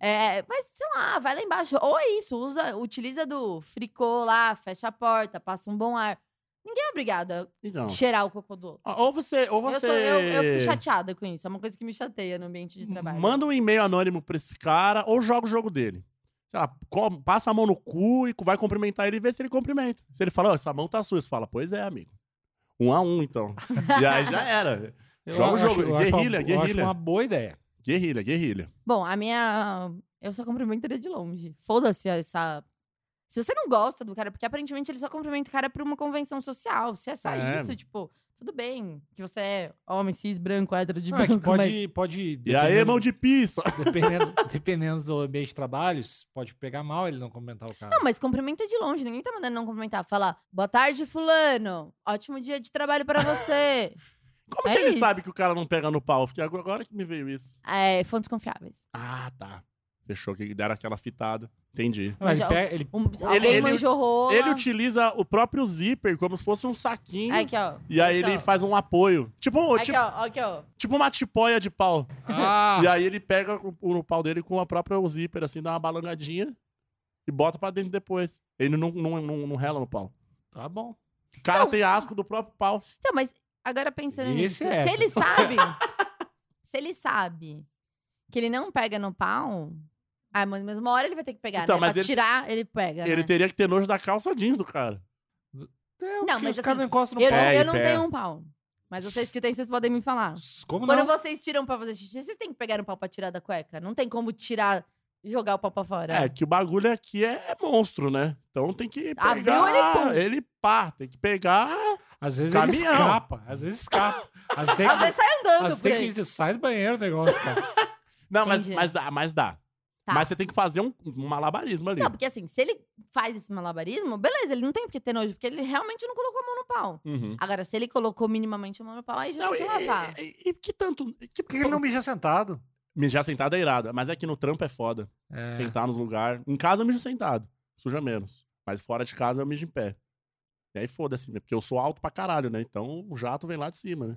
S4: É, mas, sei lá, vai lá embaixo. Ou é isso, usa, utiliza do fricô lá, fecha a porta, passa um bom ar. Ninguém é obrigado a
S3: Então.
S4: cheirar o cocô do outro.
S3: Ou você... Ou você...
S4: Eu, sou, eu, eu fico chateada com isso. É uma coisa que me chateia no ambiente de trabalho.
S3: Manda um e-mail anônimo pra esse cara ou joga o jogo dele. Sei lá, co- passa a mão no cu e vai cumprimentar ele e vê se ele cumprimenta. Se ele fala, ó, essa mão tá sua, você fala, pois é, amigo. Um a um, então. e aí já era.
S2: Eu
S3: Joga o jogo.
S2: eu uma-
S3: Guerrilha,
S2: eu
S3: guerrilha.
S2: acho uma boa ideia.
S3: Guerrilha, guerrilha.
S4: Bom, a minha. Eu só cumprimentaria de longe. Foda-se essa. Se você não gosta do cara, porque aparentemente ele só cumprimenta o cara por uma convenção social. Se é só
S3: É.
S4: isso, tipo, tudo bem que você é homem cis, branco, hétero de
S2: Não, é
S4: branco.
S2: que pode. pode
S3: E aí, mão de pizza.
S2: dependendo, dependendo do ambiente de trabalhos, pode pegar mal ele não comentar o cara.
S4: Não, mas cumprimenta de longe. Ninguém tá mandando não cumprimentar. Falar, boa tarde, fulano. Ótimo dia de trabalho pra você.
S3: Como
S4: É
S3: que ele
S4: isso.
S3: sabe que o cara não pega no pau? Fiquei agora agora que me veio isso.
S4: é, fontes confiáveis.
S3: Ah, tá. Fechou que deram aquela fitada. Entendi.
S2: Não, ele
S4: mas-
S2: pega- ele-
S4: Um, alguém
S3: ele-
S4: manjou rola.
S3: Ele utiliza o próprio zíper como se fosse um saquinho.
S4: Aqui, ó.
S3: E aí ele
S4: Aqui, ó.
S3: faz um apoio. Tipo,
S4: Aqui,
S3: tipo,
S4: ó. Aqui, ó.
S3: tipo uma tipóia de pau.
S2: Ah,
S3: E aí ele pega o, o pau dele com a própria zíper, assim, dá uma balangadinha e bota pra dentro depois. Ele não, não, não, não rela no pau.
S2: tá bom.
S3: O cara
S4: Então-
S3: tem asco do próprio pau.
S4: Então, mas agora pensando
S2: Esse
S4: nisso,
S2: é
S4: se
S2: hétero.
S4: ele sabe, se ele sabe que ele não pega no pau, ah, mas mas uma hora ele vai ter que pegar,
S3: Então,
S4: né?
S3: mas
S4: pra
S3: ele-
S4: tirar, ele pega,
S3: Ele
S4: né?
S3: teria que ter nojo da calça jeans do cara.
S2: É,
S4: Não,
S2: porque os
S4: mas
S2: caras
S4: assim,
S2: não encostam no
S4: Eu,
S2: pau.
S4: não,
S3: Pé e
S4: eu não
S3: pé.
S4: tenho um pau. Mas vocês que têm, vocês podem me falar.
S2: Como
S4: Quando
S2: não?
S4: vocês tiram pra fazer xixi, vocês têm que pegar no pau pra tirar da cueca. Não tem como tirar, jogar o pau pra fora.
S3: É, que o bagulho aqui é monstro, né? Então tem que pegar...
S4: Abriu, ele pum.
S3: ele, pá, tem que pegar...
S2: Às vezes ele
S3: Caminhão.
S2: escapa. Às vezes escapa. Às vezes, tem
S4: Às
S2: que-
S4: vezes sai
S2: às
S4: andando
S2: vezes
S4: por
S2: tem
S4: aí.
S2: que sai do banheiro o negócio, cara.
S3: Não, mas,
S4: Entendi.
S3: mas dá, mas dá.
S4: Tá.
S3: Mas você tem que fazer um, um malabarismo ali.
S4: Não, porque assim, se ele faz esse malabarismo, beleza, ele não tem porque ter nojo, porque ele realmente não colocou a mão no pau.
S3: Uhum.
S4: Agora, se ele colocou minimamente a mão no pau, aí já
S3: Não,
S4: tem
S3: e,
S4: que lavar.
S3: e, e que tanto... Que,
S2: Por que ele não mija sentado?
S3: Mijar sentado é irado, mas é que no trampo é foda.
S2: É.
S3: sentar nos lugares. Em casa eu mijo sentado, suja menos. Mas fora de casa eu mijo em pé. E aí foda-se, né? porque eu sou alto pra caralho, né? Então o jato vem lá de cima, né?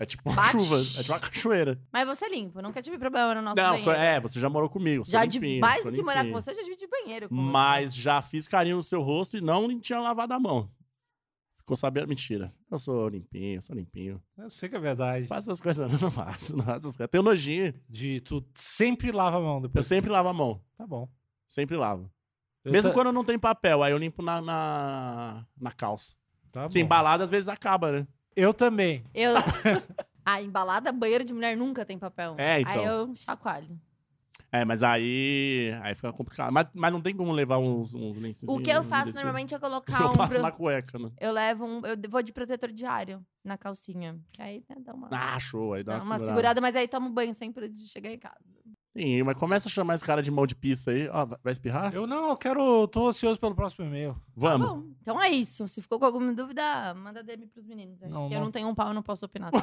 S3: É tipo uma
S4: Bate.
S3: chuva, é tipo uma cachoeira.
S4: Mas você é limpo, nunca tive problema no nosso
S3: não,
S4: banheiro.
S3: só- é, você já morou comigo. sou
S4: já de
S3: limpinho,
S4: mais
S3: sou
S4: do que morar com
S3: limpinho.
S4: você, eu já dividi banheiro com
S3: Mas já fiz carinho no seu rosto e não tinha lavado a mão. Ficou sabendo? Mentira. Eu sou limpinho, sou limpinho.
S2: Eu sei que é verdade.
S3: Faço essas coisas, não, não faço, não faço essas coisas. Tenho nojinho.
S2: De tu sempre lava a mão
S3: Eu
S2: depois.
S3: sempre lavo a mão.
S2: Tá bom.
S3: Sempre lavo.
S2: Eu
S3: Mesmo
S2: ta-
S3: quando não tem papel, aí eu limpo na, na, na calça.
S2: tá
S3: Porque
S2: bom.
S3: embalada às vezes acaba, né?
S2: Eu também.
S4: você. Eu... a embalada, banheiro de mulher nunca tem papel.
S3: É, então.
S4: Aí eu chacoalho.
S3: É, mas aí. Aí fica complicado. Mas, mas não tem como levar uns, uns lenços.
S4: O que eu faço normalmente é colocar
S3: Eu
S4: um.
S3: passo
S4: pro-
S3: na cueca, né?
S4: Eu levo um. Eu vou de protetor diário na calcinha. Que aí né, dá uma.
S3: Ah, show. Aí dá,
S4: dá uma segurada. mas aí toma um banho sempre antes de chegar em casa.
S3: Sim, mas começa a chamar esse cara de mão de pista aí. Ó, vai vai espirrar?
S2: Eu não, eu quero. eu Tô ansioso pelo próximo e-mail.
S3: Vamos.
S4: Bom, então é isso. Se ficou com alguma dúvida, manda DM pros meninos. aí,
S2: Não,
S4: porque
S2: não-
S4: eu não tenho um pau, eu não posso opinar. tá?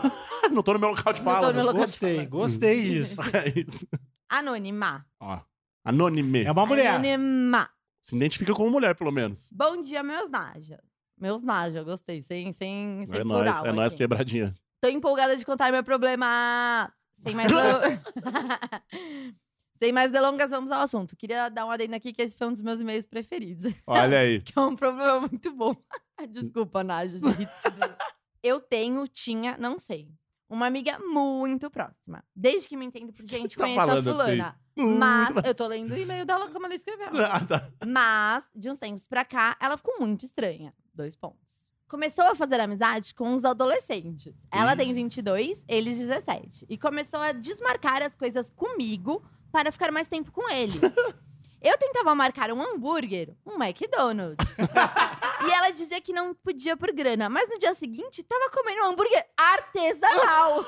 S3: não tô no meu local de
S4: Não tô
S3: fala.
S4: no meu
S3: né?
S4: local- Colocou de Uhum.
S2: Gostei,
S4: fora.
S2: gostei disso.
S3: É isso.
S4: Anônima.
S3: Ó. Anonime.
S2: É uma mulher.
S4: Anônima.
S3: Se identifica como mulher, pelo menos.
S4: Bom dia, meus Naja. Meus Naja, gostei. Sem, sem, sem
S3: é
S4: plural.
S3: nóis, é nóis
S4: aqui.
S3: quebradinha.
S4: Tô empolgada de contar meu problema. Sem mais, delo- Sem mais delongas, vamos ao assunto. Queria dar uma adendo aqui que esse foi um dos meus e-mails preferidos.
S3: Olha aí.
S4: Que é um problema muito bom. Desculpa, Naja. de Hitler. Eu tenho, tinha, não sei. Uma amiga muito próxima. Desde que me entendo por gente,
S3: Tá
S4: conheço a
S3: falando assim?
S4: fulana. Mas, eu tô lendo o e-mail dela como ela escreveu.
S3: Ah, tá.
S4: Mas, de uns tempos pra cá, ela ficou muito estranha. Dois pontos. Começou a fazer amizade com os adolescentes. Ela tem 22, eles 17. E começou a desmarcar as coisas comigo para ficar mais tempo com ele. Eu tentava marcar um hambúrguer, um McDonald's. e ela dizia que não podia por grana. Mas no dia seguinte, tava comendo um hambúrguer artesanal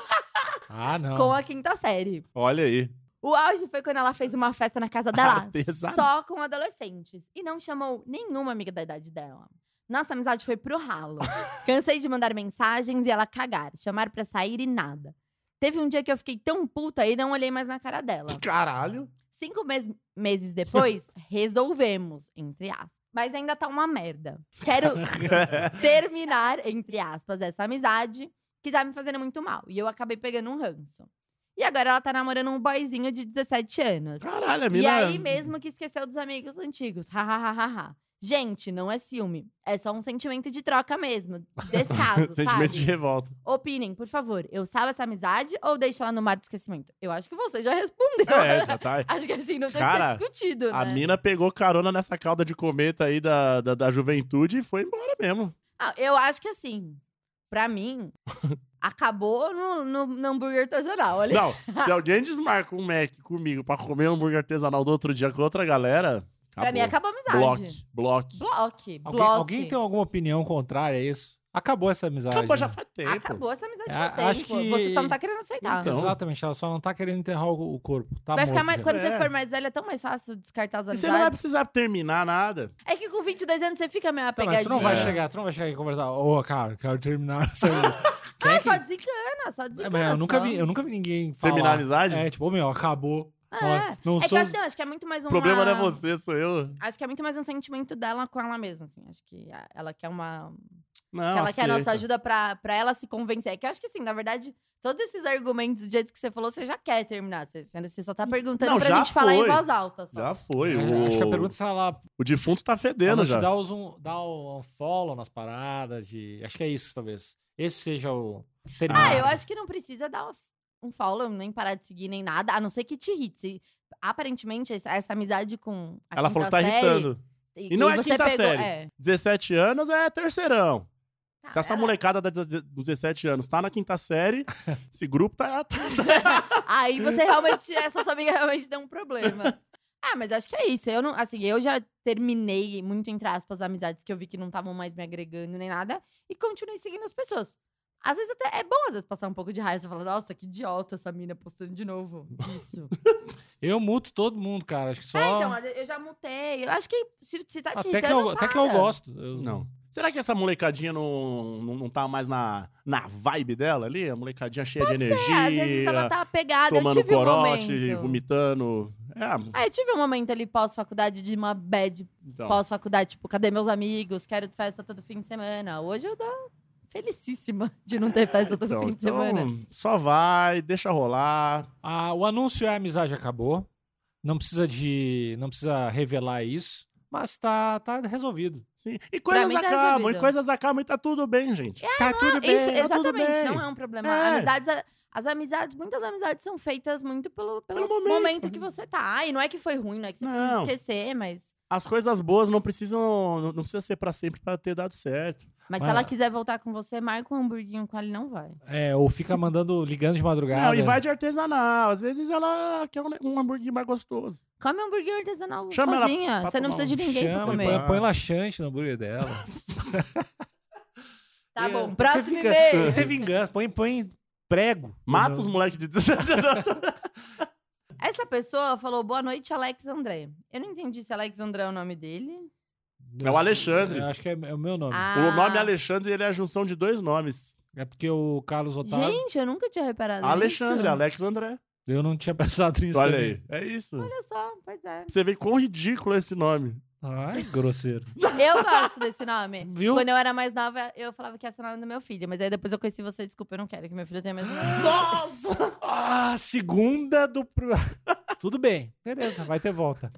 S2: Ah, não.
S4: com a quinta série.
S3: Olha aí.
S4: O auge foi quando ela fez uma festa na casa dela,
S3: Artesanal.
S4: só com adolescentes. E não chamou nenhuma amiga da idade dela. Nossa amizade foi pro ralo. Cansei de mandar mensagens e ela cagar, chamar pra sair e nada. Teve um dia que eu fiquei tão puta e não olhei mais na cara dela.
S3: Caralho.
S4: Cinco mes- meses depois, resolvemos, entre aspas. Mas ainda tá uma merda. Quero terminar, entre aspas, essa amizade que tá me fazendo muito mal. E eu acabei pegando um ranço. E agora ela tá namorando um boyzinho de 17 anos.
S3: Caralho, a mina.
S4: E aí mesmo que esqueceu dos amigos antigos. Hahaha. Gente, não é ciúme. É só um sentimento de troca mesmo. Descaso,
S3: Sentimento de
S4: sabe?
S3: revolta.
S4: Opinem, por favor. Eu salvo essa amizade ou deixo ela no mar do esquecimento? Eu acho que você já respondeu.
S3: É, já tá.
S4: Acho que assim, não tem
S3: Cara,
S4: que ser discutido, né?
S3: A mina pegou carona nessa cauda de cometa aí da, da, da juventude e foi embora mesmo.
S4: Ah, eu acho que assim, pra mim, acabou no, no, no hambúrguer artesanal. Olha.
S3: Não, se alguém desmarca um Mac comigo pra comer um hambúrguer artesanal do outro dia com outra galera,
S4: pra mim, acabou a amizade.
S3: Bloque, bloque.
S4: Bloque. Bloque.
S2: Alguém, alguém tem um alguma opinião contrária a isso? Acabou essa amizade.
S3: Acabou já
S2: né?
S3: faz tempo.
S4: Acabou essa amizade
S2: Ah,
S4: de vocês.
S2: acho
S4: pô.
S2: que-
S4: Você só não tá querendo aceitar.
S3: Então,
S2: Exatamente, ela só não tá querendo enterrar o, o corpo. Tá
S4: Vai ficar
S2: morto
S4: mais,
S2: já.
S4: quando
S3: É.
S4: você for mais velho, é tão mais fácil descartar as
S3: E você não vai
S4: amizades.
S3: precisar terminar nada.
S4: É que com 22 anos você fica meio
S2: Tá,
S4: apegadinho.
S2: mas tu não vai
S3: É.
S2: chegar, tu não vai chegar e conversar. Ô, cara, quero terminar essa Quem
S4: Ah,
S2: é que-
S4: só desencana, só
S2: É,
S4: desencana.
S2: mas eu nunca
S4: só.
S2: vi, eu nunca vi ninguém falar.
S3: Terminar a amizade?
S2: É, tipo, ô meu, acabou.
S4: Ah,
S2: Ó, não
S4: É que
S2: sou.
S4: eu acho, não, acho que é muito mais
S3: O
S4: uma...
S3: problema não é você, sou eu.
S4: Acho que é muito mais um sentimento dela com ela mesma, assim. Acho que a- ela quer uma...
S3: Não, assim,
S4: que ela quer a nossa
S3: aceita.
S4: ajuda pra, pra ela se convencer. É que eu acho que, assim, na verdade, todos esses argumentos do jeito que você falou, você já quer terminar. Você, você só tá perguntando
S3: Hum, Não,
S4: pra
S3: já
S4: gente falar em
S3: foi.
S4: voz alta. Só.
S3: Já foi.
S2: É,
S3: O...
S2: Acho que a pergunta é se ela,
S3: o defunto tá
S2: ela
S3: fedendo
S2: te
S3: já.
S2: dá os um, dá um follow nas paradas de. Acho que é isso, talvez. Esse seja o. terminar.
S4: Ah, eu acho que não precisa dar um follow, nem parar de seguir, nem nada, a não ser que te irrite. Se- Aparentemente, essa, essa amizade com a
S3: Ela
S4: quinta
S3: falou que tá
S4: série,
S3: irritando. E não é
S4: você
S3: quinta série.
S4: é.
S3: 17 anos é terceirão. Se
S4: Ah,
S3: essa
S4: ela-
S3: molecada da 17 anos tá na quinta série, esse grupo tá. tá-
S4: Aí você realmente, essa sua amiga realmente deu um problema. Ah, mas acho que é isso. Eu não, assim, eu já terminei muito entre aspas amizades que eu vi que não estavam mais me agregando nem nada e continuei seguindo as pessoas. Às vezes até é bom às vezes passar um pouco de raiva, você fala, nossa, que idiota essa mina postando de novo isso.
S2: Eu muto todo mundo, cara. Acho que só.
S4: É, então, às vezes eu já mutei. Eu acho que se, se tá te
S2: até, que
S4: irritando,
S2: eu, até que eu
S4: para.
S2: gosto. Eu-
S3: Não. Será que essa molecadinha não, não, não tá mais na, na vibe dela ali? A molecadinha cheia de
S4: É, às vezes ela
S3: energia,
S4: tá apegada. eu
S3: tomando
S4: tive um
S3: corote,
S4: momento.
S3: vomitando. É,
S4: Ah, eu tive um momento ali pós-faculdade de uma bad
S3: então.
S4: pós-faculdade, tipo, cadê meus amigos? Quero festa todo fim de semana. Hoje eu tô felicíssima de não ter festa todo
S3: Então,
S4: fim de semana.
S3: então, só vai, deixa rolar.
S2: Ah, o anúncio é a amizade acabou. Não precisa de. Não precisa revelar isso. Mas tá, tá resolvido.
S3: Sim. E coisas
S4: mim tá
S3: acabam, e
S4: resolvido. É.
S3: coisas acabam e tá tudo bem, gente.
S2: tá tudo bem.
S4: Isso,
S3: tá tudo
S4: exatamente,
S3: bem.
S4: não é um problema.
S3: É.
S4: Amizades, a- as amizades, muitas amizades são feitas muito pelo, pelo,
S3: Pelo momento.
S4: momento, que você tá. E não é que foi ruim, não é que você
S3: Não.
S4: precisa esquecer, mas.
S3: As coisas boas não precisam, não não precisa ser pra sempre pra ter dado certo.
S4: Mas
S2: Mas-
S4: se ela quiser voltar com você, marca um hamburguinho com ela e não vai.
S2: É, ou fica mandando, ligando de madrugada.
S3: Não, e vai de artesanal. Às vezes ela quer um, ne- um hambúrguer mais gostoso.
S4: Come um hambúrguer artesanal
S3: Chama ela
S4: sozinha.
S3: pra
S4: Você não
S3: tomar
S4: precisa de
S3: um
S4: ninguém pra
S2: Chama,
S4: comer.
S2: põe, põe laxante no hambúrguer dela.
S4: Tá
S2: É,
S4: bom,
S2: tem
S4: próximo
S2: vingança-
S4: e-mail.
S2: Tem vingança, põe, põe prego.
S3: Mata os
S2: entendeu?
S3: moleques de 17 anos.
S4: Essa pessoa falou boa noite, Alex André. Eu não entendi se Alex André é o nome dele.
S3: É o Alexandre.
S2: Eu acho que é, é o meu nome.
S4: Ah,
S3: O nome Alexandre ele é a junção de dois nomes.
S2: É porque o Carlos Otávio,
S4: Gente, eu nunca tinha reparado
S3: Alexandre,
S4: nisso.
S3: Alex André.
S2: eu não tinha pensado nisso
S3: Olha
S2: também.
S3: aí. É isso.
S4: Olha só, pois é.
S3: Você vê quão ridículo é esse nome.
S2: Ai, grosseiro.
S4: Eu gosto desse nome.
S2: Viu?
S4: É, Quando eu era mais nova, eu falava que esse é o nome do meu filho. Mas aí depois eu conheci você, desculpa, eu não quero que meu filho tenha mais um nome.
S3: Nossa!
S2: Ah, segunda do... pr- Tudo bem, beleza, vai ter volta.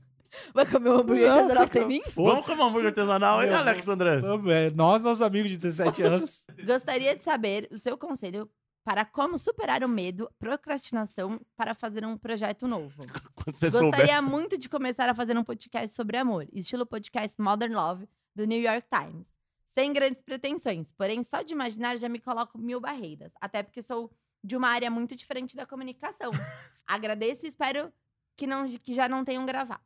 S4: Vai comer um hambúrguer
S2: Não,
S4: artesanal
S2: fica-
S4: sem mim?
S2: Foda-se.
S3: Vamos comer um hambúrguer artesanal, hein,
S2: Meu
S3: Alex André?
S2: É, Nós, nossos amigos de 17 anos.
S4: Gostaria de saber o seu conselho para como superar o medo, procrastinação, para fazer um projeto novo.
S3: Quando você
S4: Gostaria
S3: soubesse.
S4: muito de começar a fazer um podcast sobre amor, estilo podcast Modern Love, do New York Times. Sem grandes pretensões, porém só de imaginar já me coloco mil barreiras. Até porque sou de uma área muito diferente da comunicação. Agradeço e espero que, não, que já não tenham gravado.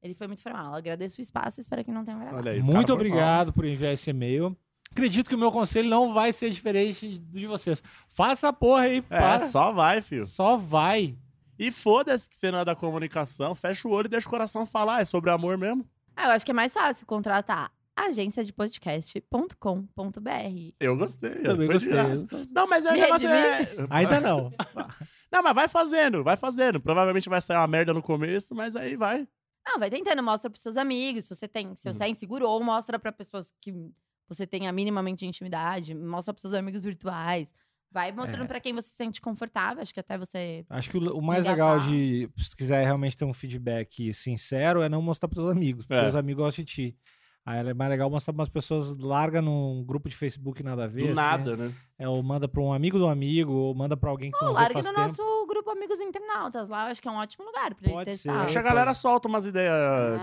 S4: Ele foi muito formal. Agradeço o espaço e espero que não tenham gravado.
S3: Olha aí, tá o cara
S2: Muito
S3: foi
S2: obrigado por enviar esse e-mail. Acredito que o meu conselho não vai ser diferente do de vocês. Faça a porra aí,
S3: mal. É,
S2: para. Só...
S3: só vai, filho.
S2: vai.
S3: E foda-se que você não é da comunicação. Fecha o olho e deixa o coração falar. É sobre amor mesmo.
S4: Ah, eu acho que é mais fácil contratar agenciadepodcast.com.br.
S3: Eu gostei. É,
S2: Também
S3: foi
S2: gostei.
S3: irado. Não, mas é o
S4: Me
S3: negócio é...
S2: Ainda não.
S3: Não, mas vai fazendo, vai fazendo. Provavelmente vai sair uma merda no começo, mas aí vai.
S4: Não, Ah, vai tentando, mostra pros seus amigos, se você tem, se você é inseguro, ou mostra pra pessoas que você tenha minimamente intimidade, mostra pros seus amigos virtuais. Vai mostrando pra quem você se sente confortável, acho que até você.
S2: Acho que o, o mais
S4: Engatar.
S2: legal de, se quiser realmente ter um feedback sincero, é não mostrar pros seus amigos, porque
S3: É.
S2: os amigos gostam de ti. Aí é mais legal mostrar pra umas pessoas, larga num grupo de Facebook nada a ver.
S3: Do
S2: assim,
S3: nada, né?
S2: É, ou manda pra um amigo do amigo, ou manda pra alguém que tu
S4: Pô,
S2: não vê
S4: larga
S2: faz
S4: no
S2: tempo.
S4: nosso grupo Amigos Internautas lá, eu acho que é um ótimo lugar pra
S2: Pode
S4: ele
S2: ser.
S4: testar.
S3: Acho que a
S2: eu
S3: galera solta umas ideias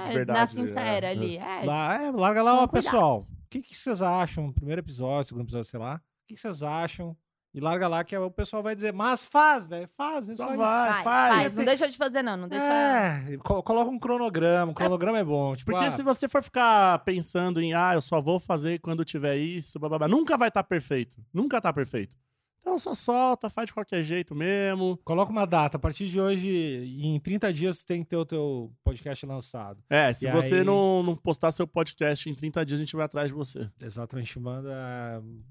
S3: de
S4: É,
S3: verdade.
S4: na sincera
S3: é.
S4: ali. É,
S2: Lá, é, larga lá, ó,
S4: Toma cuidado.
S2: pessoal. O que, que vocês acham? Primeiro episódio, segundo episódio, sei lá. O que, que vocês acham? E larga lá que o pessoal vai dizer, mas faz, velho, faz. É
S3: Só
S2: só isso."
S3: vai,
S4: faz, faz,
S3: faz. assim
S4: Não deixa de fazer, não. Não deixa.
S2: É, co- coloca um cronograma. O cronograma é, bom. Tipo,
S3: Porque
S2: ah,
S3: se você for ficar pensando em, ah, eu só vou fazer quando tiver isso, bababá, nunca vai estar perfeito. Nunca tá perfeito. Então só solta, faz de qualquer jeito mesmo.
S2: coloca uma data. A partir de hoje, em 30 dias, tu tem que ter o teu podcast lançado.
S3: É, se
S2: E
S3: você
S2: aí-
S3: não, não postar seu podcast em 30 dias, a gente vai atrás de você. A
S2: Exatamente, manda.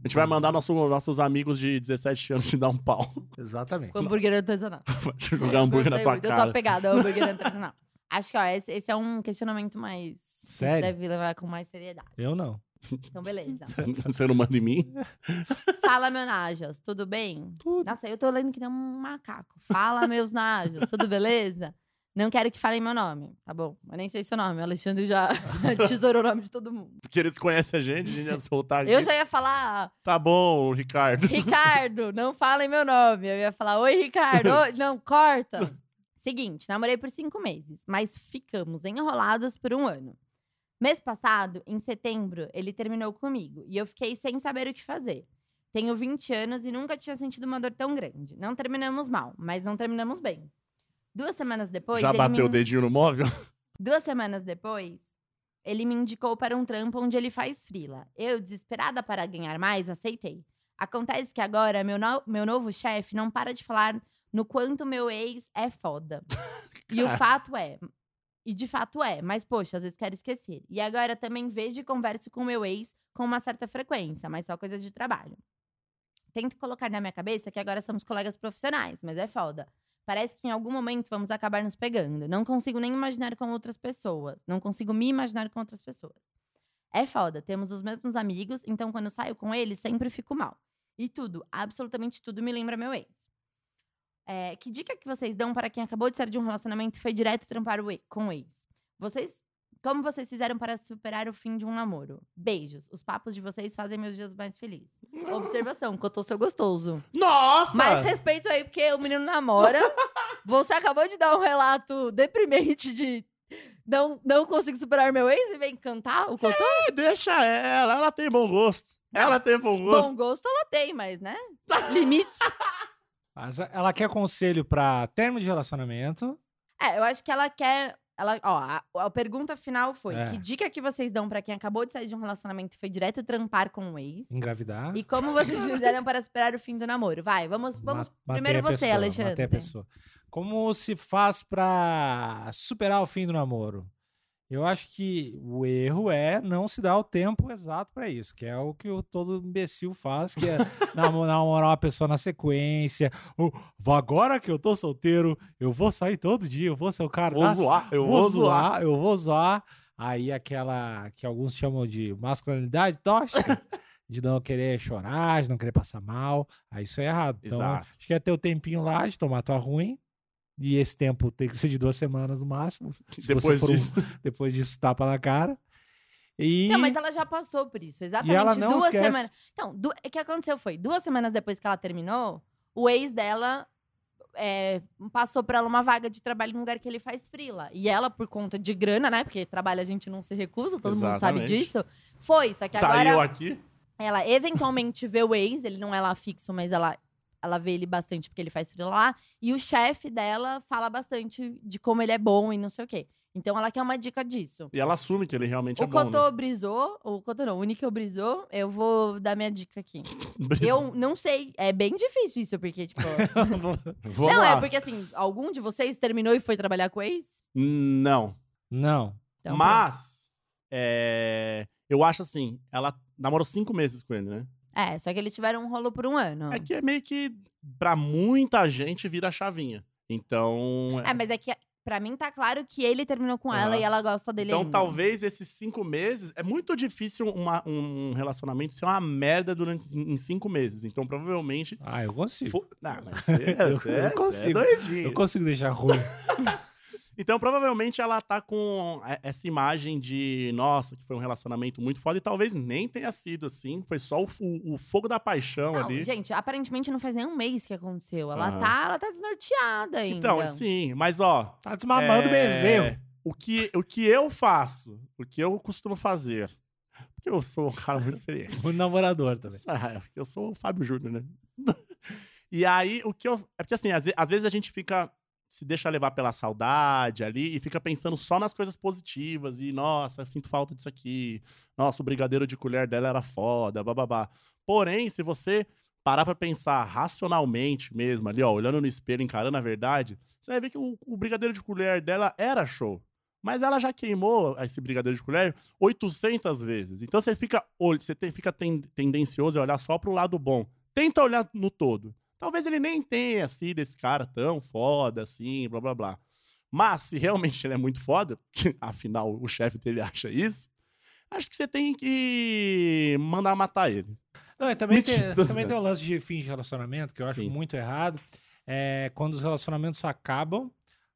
S3: gente vai mandar nosso- nossos amigos de 17 anos te dar um pau.
S2: Exatamente.
S4: Com hambúrguer artesanal.
S3: Vai te jogar um hambúrguer na
S4: Gostei
S3: tua
S4: muito, Eu tô
S3: cara.
S4: apegada ao hambúrguer artesanal. Acho que, ó, esse, esse é um questionamento mais. Que a
S2: Sério?
S4: gente deve levar com mais seriedade.
S2: Eu não.
S4: Então, beleza.
S3: Você não manda em mim?
S4: Fala, meu Najas, tudo bem?
S2: Tudo.
S4: Nossa, eu tô lendo que nem um macaco. Fala, meus Najas, tudo beleza? Não quero que falem meu nome, tá bom? Eu nem sei seu nome, o Alexandre já tesourou o nome de todo mundo.
S3: Porque eles conhecem a gente, a gente ia soltar aqui.
S4: Eu já ia falar,
S3: Tá bom, Ricardo.
S4: Ricardo, não falem meu nome. Eu ia falar, oi, Ricardo. oi- Não, corta. Seguinte, namorei por cinco meses, mas ficamos enrolados por um ano. Mês passado, em setembro, ele terminou comigo e eu fiquei sem saber o que fazer. Tenho 20 anos e nunca tinha sentido uma dor tão grande. Não terminamos mal, mas não terminamos bem. Duas semanas depois.
S3: já
S4: ele
S3: bateu o
S4: me...
S3: dedinho no móvel?
S4: Duas semanas depois, ele me indicou para um trampo onde ele faz frila. Eu, desesperada para ganhar mais, aceitei. Acontece que agora meu, no- meu novo chefe não para de falar no quanto meu ex é foda. e o fato é. E de fato é, mas poxa, às vezes quero esquecer. E agora também vejo e converso com meu ex com uma certa frequência, mas só coisas de trabalho. Tento colocar na minha cabeça que agora somos colegas profissionais, mas é foda. Parece que em algum momento vamos acabar nos pegando. Não consigo nem imaginar com outras pessoas. Não consigo me imaginar com outras pessoas. É foda, temos os mesmos amigos, então quando saio com ele, sempre fico mal. E tudo, absolutamente tudo, me lembra meu ex. É, que dica que vocês dão para quem acabou de sair de um relacionamento e foi direto trampar o e- com o ex? Vocês. Como vocês fizeram para superar o fim de um namoro? Beijos. Os papos de vocês fazem meus dias mais felizes. Observação, cotou seu gostoso.
S3: Nossa!
S4: Mais respeito aí, porque o menino namora. Você acabou de dar um relato deprimente de Não, não consigo superar meu ex e vem cantar o cotô?
S3: É, deixa ela, ela tem bom gosto. Ela tem bom gosto.
S4: Bom gosto ela tem, mas, né? Limites.
S2: Mas ela quer conselho pra término de relacionamento.
S4: É, eu acho que ela quer. Ela, ó, a, a pergunta final foi:
S2: É.
S4: que dica que vocês dão pra quem acabou de sair de um relacionamento e foi direto trampar com o ex?
S2: Engravidar.
S4: E como vocês fizeram para superar o fim do namoro? Vai, vamos, vamos.
S2: Ma- matei
S4: primeiro
S2: a
S4: você,
S2: pessoa,
S4: Alexandre.
S2: matei a pessoa. Como se faz pra superar o fim do namoro? Eu acho que o erro é não se dar o tempo exato pra isso, que é o que o todo imbecil faz, que é namo- namorar uma pessoa na sequência. O, "Vou agora que eu tô solteiro, eu vou sair todo dia, eu vou ser o cara
S3: Vou
S2: da
S3: zoar, eu vou zoar.
S2: eu vou zoar. Aí aquela que alguns chamam de masculinidade tóxica, de não querer chorar, de não querer passar mal. Aí isso é errado. Então,
S3: Exato.
S2: acho que é ter o tempinho lá de tomar tua ruim. E esse tempo tem que ser de duas semanas no máximo. Se você
S3: Depois
S2: for um-
S3: disso.
S2: depois disso, tapa na cara. E.
S4: Não, mas ela já passou por isso. Exatamente
S2: ela não
S4: duas
S2: esquece.
S4: semanas. Então, du- o que aconteceu foi, duas semanas depois que ela terminou, o ex dela é, passou pra ela uma vaga de trabalho num lugar que ele faz frila. E ela, por conta de grana, né? Porque trabalho a gente não se recusa, todo mundo sabe
S3: Exatamente.
S4: disso. Foi, só que
S3: tá
S4: agora
S3: eu aqui.
S4: ela eventualmente vê o ex, ele não é lá fixo, mas ela, ela vê ele bastante porque ele faz frila lá. E o chefe dela fala bastante de como ele é bom e não sei o quê. Então ela quer uma dica disso.
S3: E ela assume que ele realmente é
S4: O
S3: bom.
S4: Cotô brisou, o Cotô não, o Nickel brisou, eu vou dar minha dica aqui.
S3: né?
S4: Eu não sei, é bem difícil isso, porque, tipo...
S3: Vamos
S4: não,
S3: lá.
S4: é porque, assim, algum de vocês terminou e foi trabalhar com o ex?
S3: Não.
S2: Não.
S4: Então,
S3: Mas, é, eu acho assim, ela namorou cinco meses com ele, né?
S4: pronto. É, só que eles tiveram um rolo por um ano.
S3: É que é meio que, pra muita gente, vira chavinha. Então,
S4: É, mas é que pra mim tá claro que ele terminou com
S3: Aham.
S4: ela e ela gosta dele é
S3: então
S4: ainda.
S3: talvez esses cinco meses... É muito difícil uma- um relacionamento ser uma merda durante em cinco meses. Então, provavelmente...
S2: Ah, eu consigo.
S3: fo- Tipo, Não, mas você, você-
S2: eu
S3: você
S2: consigo.
S3: é doidinho.
S2: Eu consigo deixar ruim.
S3: Então, provavelmente ela tá com e- essa imagem de, nossa, que foi um relacionamento muito foda, e talvez nem tenha sido assim, foi só o, o- o fogo da paixão
S4: Não,
S3: um ali.
S4: gente, aparentemente não faz nem um mês que aconteceu. Ela,
S3: Aham.
S4: tá, ela tá desnorteada ainda.
S3: Então, sim, mas ó.
S2: Tá desmamando
S3: é,
S2: bezerro.
S3: O que, o que eu faço, o que eu costumo fazer, porque eu sou um cara muito experiente.
S2: O namorador também.
S3: Ah, eu sou o Fábio Júnior, né? e aí, o que eu. É porque assim, às, ve- às vezes a gente fica. Se deixa levar pela saudade ali e fica pensando só nas coisas positivas. E, nossa, eu sinto falta disso aqui. Nossa, o brigadeiro de colher dela era foda, bababá. Porém, se você parar pra pensar racionalmente mesmo ali, ó, olhando no espelho, encarando a verdade, você vai ver que o, o brigadeiro de colher dela era show. Mas ela já queimou esse brigadeiro de colher 800 vezes. Então você fica, ol- você tem- fica ten- tendencioso a olhar só pro lado bom. Tenta olhar no todo. Talvez ele nem tenha sido esse cara tão foda assim, blá blá blá. Mas se realmente ele é muito foda, que afinal o chefe dele acha isso, acho que você tem que mandar matar ele.
S2: Não, e também, tem,
S3: Mentira, tô
S2: também
S3: zoando.
S2: tem o lance de fim de relacionamento, que eu acho
S3: né? Sim.
S2: muito errado. É quando os relacionamentos acabam,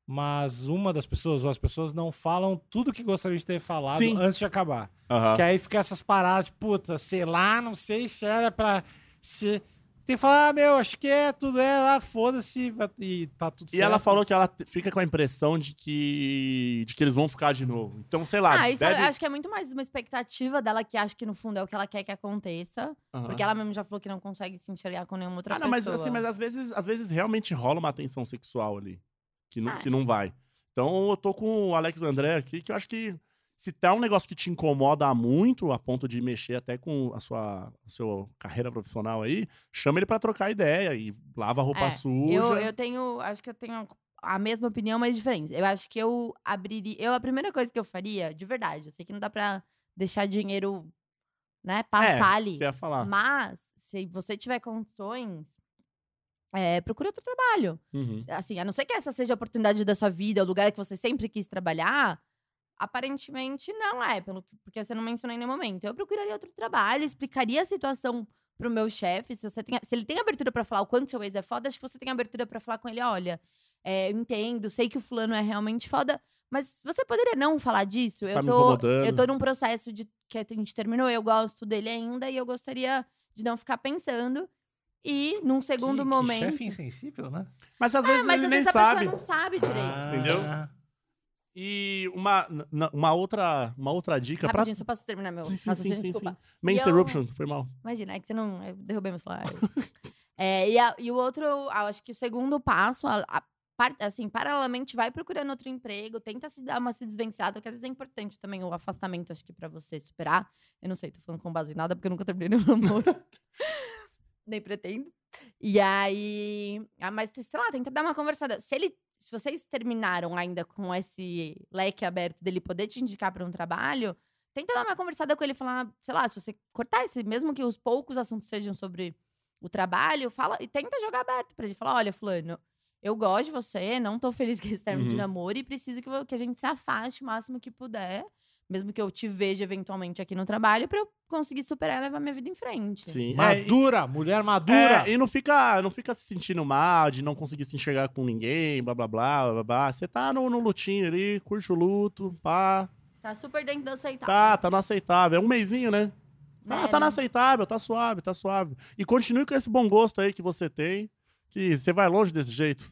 S2: mas uma das pessoas ou as pessoas não falam tudo que gostariam de ter falado
S3: Sim. Ah.
S2: antes de acabar.
S3: Aham.
S2: Que
S4: é
S2: aí fica essas paradas, de, puta, sei lá, não sei se era pra ser. Tem que falar, ah, meu, acho que é tudo, é, ah, foda-se, e tá tudo
S3: E ela falou que ela te- fica com a impressão de que de que eles vão ficar de novo. Então, sei lá,
S4: Ah, isso
S3: deve-
S4: eu acho que é muito mais uma expectativa dela que acha que no fundo é o que ela quer que aconteça.
S3: Aham.
S4: Porque ela mesmo já falou que não consegue se enxergar com nenhuma outra
S3: Ah, não, mas
S4: pessoa.
S3: assim, mas às vezes, às vezes realmente rola uma tensão sexual ali, que não,
S4: Ah.
S3: que não vai. Então eu tô com o Alex André aqui, que eu acho que se tá um negócio que te incomoda muito, a ponto de mexer até com a sua, a sua carreira profissional aí, chama ele pra trocar ideia e lava a roupa
S4: É,
S3: suja.
S4: eu, eu tenho. Acho que eu tenho a mesma opinião, mas diferente. Eu acho que eu abriria. Eu, a primeira coisa que eu faria, de verdade, eu sei que não dá pra deixar dinheiro, né,
S3: É,
S4: passar ali.
S3: isso que eu ia falar.
S4: Mas, se você tiver condições, é, procura outro trabalho.
S3: Uhum.
S4: assim, a não ser que essa seja a oportunidade da sua vida, o lugar que você sempre quis trabalhar, aparentemente não é, pelo que- porque você não mencionou em nenhum momento. Eu procuraria outro trabalho, explicaria a situação pro meu chefe, se você tem, se ele tem abertura pra falar o quanto seu ex é foda, acho que você tem abertura pra falar com ele, olha, é, eu entendo, sei que o fulano é realmente foda, mas você poderia não falar disso?
S3: Tá
S4: Eu
S3: me
S4: tô,
S3: incomodando.
S4: eu tô num processo de que a gente terminou, eu gosto dele ainda e eu gostaria de não ficar pensando e num segundo
S2: que,
S4: momento
S2: Que chefe insensível, né?
S3: Mas às
S4: ah,
S3: vezes
S4: mas
S3: ele
S4: às
S3: nem
S4: vezes a
S3: sabe.
S4: pessoa não sabe direito.
S2: Ah,
S3: Entendeu? E uma, na- uma, outra, uma outra dica pra.
S4: Rapidinho, só posso terminar meu
S3: Sim, sim, sim,
S4: raciocínio,
S3: sim, sim.
S4: desculpa.
S3: Main
S4: E eu-
S3: interruption, foi mal.
S4: Imagina, é que você não. Eu derrubei meu celular. É, e, a- e o outro, ah, acho que o segundo passo, a- a par- assim, paralelamente, vai procurando outro emprego, tenta se dar uma se desvencilhada, porque às vezes é importante também o afastamento, acho que, pra você superar. Eu não sei, tô falando com base em nada, porque eu nunca terminei meu namoro. Nem pretendo. E aí. ah, Mas, sei lá, tenta dar uma conversada. Se ele. Se vocês terminaram ainda com esse leque aberto dele poder te indicar pra um trabalho, tenta dar uma conversada com ele, falar, sei lá, se você cortar esse, mesmo que os poucos assuntos sejam sobre o trabalho, fala e tenta jogar aberto pra ele, falar, olha, fulano, eu gosto de você, não tô feliz com esse término de
S3: Uhum.
S4: namoro e preciso que, vo- que a gente se afaste o máximo que puder, mesmo que eu te veja eventualmente aqui no trabalho, pra eu conseguir superar e levar minha vida em frente.
S3: Sim. é,
S2: Madura, mulher madura.
S3: É, e não fica, não fica se sentindo mal de não conseguir se enxergar com ninguém, blá blá blá, blá blá, blá. Você tá no, no lutinho ali, curte o luto, pá.
S4: Tá super dentro do aceitável.
S3: Tá, tá no aceitável. É um mêsinho, né?
S4: né?
S3: Tá, tá no aceitável, tá suave, tá suave. E continue com esse bom gosto aí que você tem, que você vai longe desse jeito.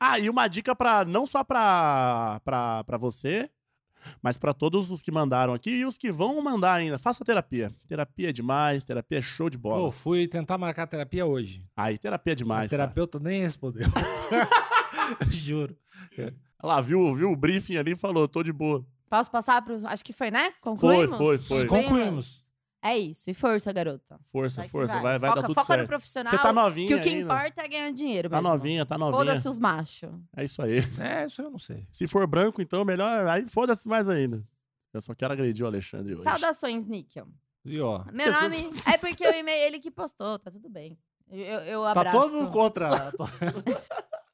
S3: ah, e uma dica para não só pra, pra, pra você, mas pra todos os que mandaram aqui e os que vão mandar ainda. Faça terapia. Terapia é demais, terapia é show de bola.
S2: Pô, fui tentar marcar terapia hoje.
S3: Aí, terapia é demais.
S2: a terapeuta nem respondeu. Eu Juro.
S3: cara. Olha lá, viu, viu o briefing ali e falou, tô de boa.
S4: Posso passar pro. Acho que foi, né?
S3: Foi,
S4: Concluímos?
S3: foi, foi.
S4: Bem,
S2: Concluímos.
S4: É isso. E força, garota.
S3: Força,
S4: Vai que
S3: força, vai,
S4: vai,
S3: vai
S4: foca,
S3: dar tudo
S4: foca no
S3: certo.
S4: profissional.
S3: Você tá novinha
S4: que o que
S3: ainda.
S4: importa é ganhar dinheiro.
S3: Tá
S4: mesmo.
S3: novinha, tá novinha.
S4: Foda-se os machos.
S3: É isso aí.
S2: É, isso eu não sei.
S3: Se for branco, então melhor. Aí foda-se mais ainda. Eu só quero agredir o Alexandre hoje.
S4: Saudações, Níquel.
S2: E ó.
S4: Meu
S3: Jesus.
S4: nome. É porque eu e-mail ele que postou, tá tudo bem. Eu, eu- eu
S2: Tá
S4: abraço.
S2: todo mundo contra.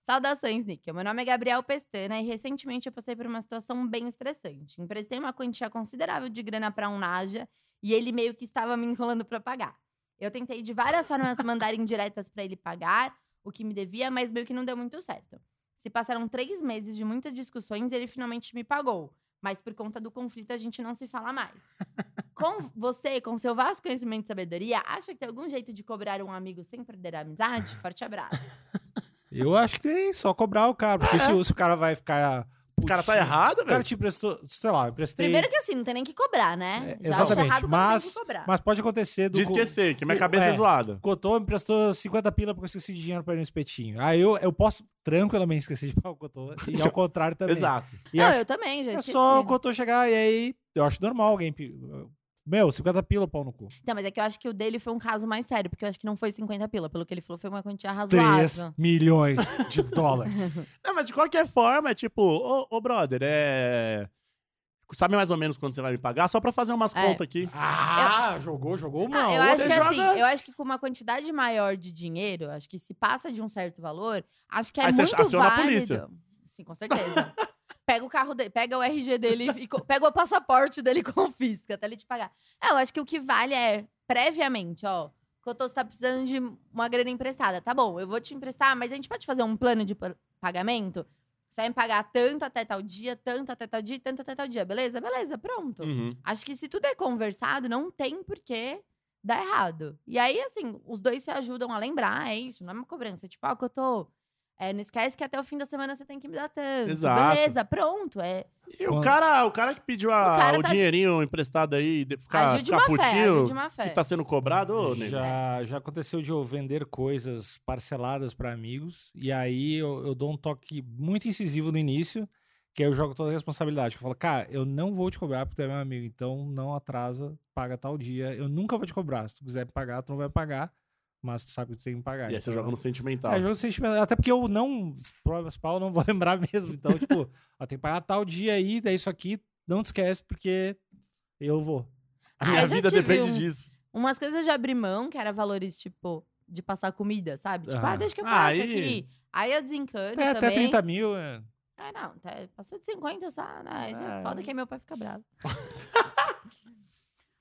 S4: Saudações, Níquel. Meu nome é Gabriel Pestana e recentemente eu passei por uma situação bem estressante. Emprestei uma quantia considerável de grana pra um Naja e ele meio que estava me enrolando pra pagar. Eu tentei de várias formas mandar indiretas pra ele pagar o que me devia, mas meio que não deu muito certo. Se passaram três meses de muitas discussões e ele finalmente me pagou. Mas por conta do conflito a gente não se fala mais. Com você, com seu vasto conhecimento e sabedoria, acha que tem algum jeito de cobrar um amigo sem perder a amizade? Forte abraço.
S2: Eu acho que tem só cobrar o cara. Porque se, se o cara vai ficar.
S3: O cara tá
S2: putinho-
S3: errado,
S2: O cara
S3: velho.
S2: te emprestou, sei lá, eu emprestei.
S4: Primeiro que assim, não tem nem que cobrar, né?
S2: É,
S4: Já acho
S2: exatamente,
S4: errado quando tem
S2: mas-
S4: que cobrar.
S2: Mas pode acontecer do.
S3: De esquecer, que minha cabeça é,
S2: É.
S3: zoada.
S2: Cotô me prestou 50 pila porque eu esqueci de dinheiro pra ir no espetinho. Aí eu, eu posso tranquilamente esquecer de pagar o Cotô. E ao contrário também.
S3: Exato.
S2: E
S4: não,
S2: acho-
S4: eu também, assim, já
S2: é
S4: esqueci.
S2: só o Cotô chegar e aí. Eu acho normal alguém. pe- Meu, 50 pila, pau no cu.
S4: Então, mas é que eu acho que o dele foi um caso mais sério, porque eu acho que não foi 50 pila. Pelo que ele falou, foi uma quantia
S2: 3
S4: razoável.
S2: milhões de dólares.
S3: Não, mas de qualquer forma, é tipo, ô, ô, brother, é. Sabe mais ou menos quando você vai me pagar? Só pra fazer umas
S4: É.
S3: contas aqui.
S2: Ah, jogou, jogou uma
S4: Ah, eu
S2: outra.
S4: acho que
S3: joga-
S4: assim, eu acho que com uma quantidade maior de dinheiro, acho que se passa de um certo valor, acho que é
S3: Aí você
S4: muito
S3: aciona a
S4: válido.
S3: polícia.
S4: Sim, com certeza. pega o carro dele, pega o RG dele e co- pega o passaporte dele e confisca até ele te pagar. É, eu acho que o que vale é previamente, ó, Cotô, você tá precisando de uma grana emprestada. Tá bom, eu vou te emprestar, mas a gente pode fazer um plano de pa- pagamento? Você vai me pagar tanto até tal dia, tanto até tal dia, tanto até tal dia, beleza? Beleza, pronto.
S3: Uhum.
S4: Acho que se tudo é conversado, não tem porquê dar errado. E aí, assim, os dois se ajudam a lembrar, é isso, não é uma cobrança. Tipo, ah, que eu tô. não esquece que até o fim da semana você tem que me dar tanto.
S3: Exato.
S4: Beleza, pronto. É,
S3: E o
S2: Quando-
S3: cara, o cara que pediu a-
S4: O cara
S3: o
S4: tá-
S3: dinheirinho emprestado aí, de ficar,
S4: ajude uma
S3: ficar
S4: fé, ajude
S3: putinho,
S4: uma fé.
S3: que tá sendo cobrado, ô, nego.
S2: Já, já aconteceu de eu vender coisas parceladas pra amigos, e aí eu, eu dou um toque muito incisivo no início, que aí eu jogo toda a responsabilidade. que Eu falo, cara, eu não vou te cobrar porque tu é meu amigo, então não atrasa, paga tal dia. Eu nunca vou te cobrar. Se tu quiser me pagar, tu não vai me pagar, mas tu sabe que tu tem que me pagar.
S3: E aí você
S2: então-
S3: joga no sentimental.
S2: É, jogo sentimental. Até porque eu não, problemas pau, eu não vou lembrar mesmo. Então, tipo, ó, tem que pagar tal dia aí, daí isso aqui, não te esquece, porque eu vou.
S3: A
S4: Ah,
S3: minha
S4: eu já
S3: vida
S4: tive
S3: depende
S4: um-
S3: disso.
S4: Umas coisas eu já abri mão, que era valores, tipo, de passar comida, sabe? Tipo,
S2: Aham.
S4: ah, deixa que eu
S3: Ah,
S4: passo
S3: aí-
S4: aqui. Aí eu desencano
S2: É,
S4: também.
S2: até 30 mil. É...
S4: Ah, não, tá, passou de 50, sacanagem.
S3: Ah,
S4: É. Foda que aí meu pai fica bravo.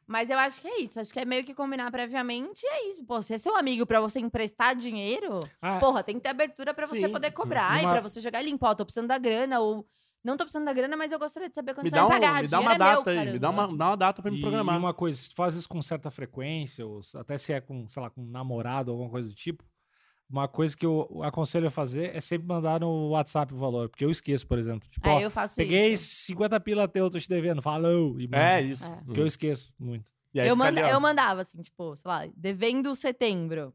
S4: Mas eu acho que é isso. Acho que é meio que combinar previamente e é isso. Pô, se é seu amigo pra você emprestar dinheiro,
S2: Ah,
S4: porra, tem que ter abertura pra você
S3: É. Sim. é,
S4: poder cobrar e
S2: Uma-
S4: pra você jogar limpo. Ó, tô precisando da grana ou não tô precisando da grana, mas eu gostaria de saber quando
S3: Me
S4: você
S3: dá,
S4: vai
S3: um, me
S4: pagar.
S3: dá
S4: Dinheiro
S3: uma
S4: é
S3: data
S4: meu,
S3: aí, me dá uma,
S4: caramba.
S3: dá uma data pra me
S2: E
S3: programar.
S2: uma coisa, se tu faz isso com certa frequência, ou se- até se é com, sei lá, com um namorado, alguma coisa do tipo, Uma coisa que eu aconselho a fazer é sempre mandar no WhatsApp o valor, porque eu esqueço, por exemplo. Tipo, ó,
S4: Aí Ah, eu faço
S2: peguei
S4: isso.
S2: 50 pila teu, tô te devendo, falou. E manda,
S3: É isso.
S4: É.
S2: Porque eu esqueço muito.
S3: E aí
S4: Eu,
S3: fica
S4: manda,
S3: ali, ó.
S4: eu mandava assim, tipo, sei lá, devendo setembro,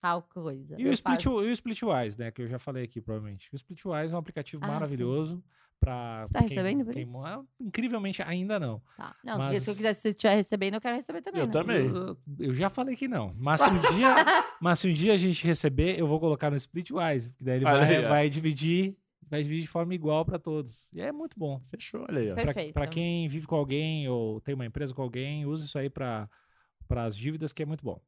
S4: tal coisa.
S2: E
S4: Tá, Eu
S2: o, Split,
S4: faço.
S2: e o Splitwise, né? Que eu já falei aqui, provavelmente. O Splitwise é um aplicativo
S4: Ah, sim.
S2: maravilhoso para.
S4: Você tá recebendo por isso?
S2: Incrivelmente, ainda não.
S4: Tá. Não,
S2: Mas-
S4: e se eu quiser, se você estiver recebendo, eu quero receber também.
S3: Eu
S4: né?
S3: também.
S2: Eu, eu já falei que não. Mas se um dia, mas se um dia a gente receber, eu vou colocar no Splitwise. Que daí ele
S3: Olha aí,
S2: vai,
S3: ó.
S2: vai dividir. Vai dividir de forma igual para todos. E é muito bom.
S3: Fechou, olha aí, ó.
S2: Pra-
S4: Perfeito.
S2: Pra quem vive com alguém ou tem uma empresa com alguém, use isso aí para as dívidas, que é muito bom.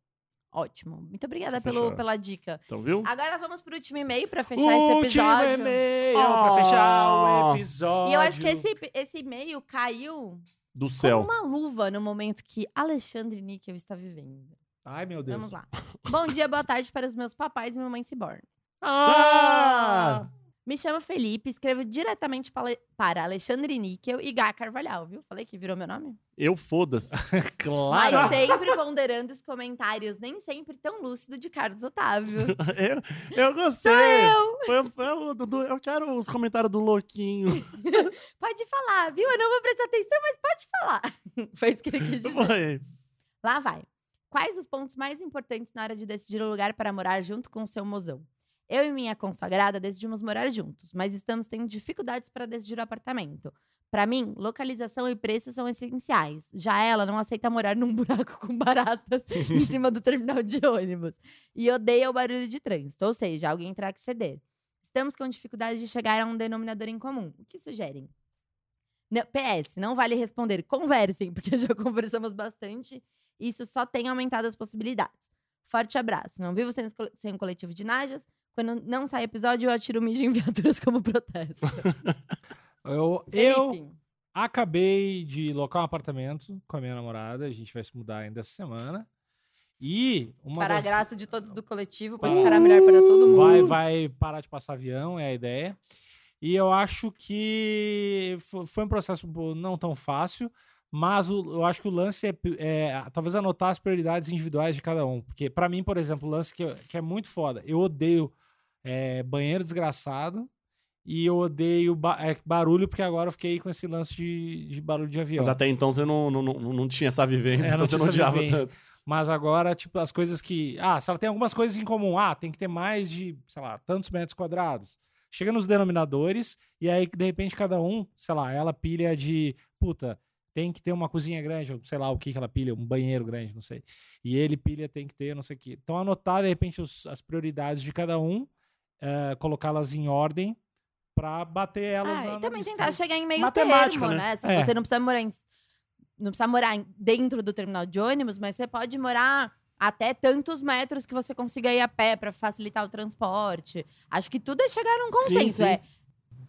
S4: Ótimo. Muito obrigada
S3: Fechou.
S4: pelo, pela dica.
S3: Então, viu?
S4: Agora vamos pro último e-mail pra fechar
S2: Último
S4: esse episódio. Oh.
S2: e-mail
S3: Oh.
S2: pra fechar o episódio.
S4: E eu acho que esse, esse e-mail caiu
S3: Do
S4: como
S3: céu.
S4: uma luva no momento que Alexandre Níquel está vivendo.
S2: Ai, meu Deus.
S4: Vamos lá. Bom dia, boa tarde para os meus papais e mamãe Ciborn.
S2: Ah!
S4: Me chamo Felipe, escrevo diretamente para Ale- para Alexandre Níquel e Gá Carvalhal, viu? Falei que virou meu nome.
S3: Eu foda-se.
S2: Claro!
S4: Ah! Mas é- sempre ponderando os comentários, nem sempre tão lúcido de Carlos Otávio.
S3: eu, eu gostei.
S4: Sou eu!
S3: Foi, foi o Dudu- eu quero os comentários do louquinho.
S4: Pode falar, viu? Eu não vou prestar atenção, mas pode falar. Foi isso que ele quis dizer.
S3: Foi.
S4: Lá vai. Quais os pontos mais importantes na hora de decidir o lugar para morar junto com o seu mozão? Eu e minha consagrada decidimos morar juntos, mas estamos tendo dificuldades para decidir o apartamento. Para mim, localização e preço são essenciais. Já ela não aceita morar num buraco com baratas em cima do terminal de ônibus e odeia o barulho de trânsito, ou seja, alguém terá que ceder. Estamos com dificuldade de chegar a um denominador em comum. O que sugerem? Não- PS, não vale responder. Conversem, porque já conversamos bastante. Isso só tem aumentado as possibilidades. Forte abraço. Não vivo sem, os cole- sem o coletivo de Najas. Quando não sai episódio, eu atiro mídia em viaturas como protesto.
S2: Eu, eu
S4: Felipe,
S2: acabei de locar um apartamento com a minha namorada. A gente vai se mudar ainda essa semana. E uma
S4: para a
S2: das...
S4: graça de todos do coletivo,
S2: Para-
S4: pode ficar melhor para todo mundo.
S2: vai, vai parar de passar avião, é a ideia. E eu acho que fo- foi um processo bo- não tão fácil, mas o- eu acho que o lance é, pi- é, a- talvez anotar as prioridades individuais de cada um. Porque, pra mim, por exemplo, o lance que, eu- que é muito foda, eu odeio é, banheiro desgraçado e eu odeio ba- é, barulho, porque agora eu fiquei com esse lance de, de barulho de avião.
S3: Mas até então você não, não, não, não tinha essa vivência,
S2: É,
S3: então
S2: não
S3: você
S2: tinha
S3: não
S2: essa
S3: odiava
S2: vivência.
S3: tanto.
S2: Mas agora, tipo, as coisas que. Ah, sabe, tem algumas coisas em comum. Ah, tem que ter mais de, sei lá, tantos metros quadrados. Chega nos denominadores, e aí, de repente, cada um, sei lá, ela pilha de. Puta, tem que ter uma cozinha grande, ou sei lá o que, que ela pilha, um banheiro grande, não sei. E ele pilha, tem que ter, não sei o quê. Então, anotar, de repente, os- as prioridades de cada um, eh, colocá-las em ordem, pra bater elas na,
S4: Ah, e também
S2: na
S4: tentar chegar em meio
S3: Matemática,
S4: termo,
S3: né?
S4: né? Assim,
S2: É.
S4: Você não precisa morar em- não precisa morar em- dentro do terminal de ônibus, mas você pode morar até tantos metros que você consiga ir a pé para facilitar o transporte. Acho que tudo é chegar num consenso,
S3: sim.
S4: é.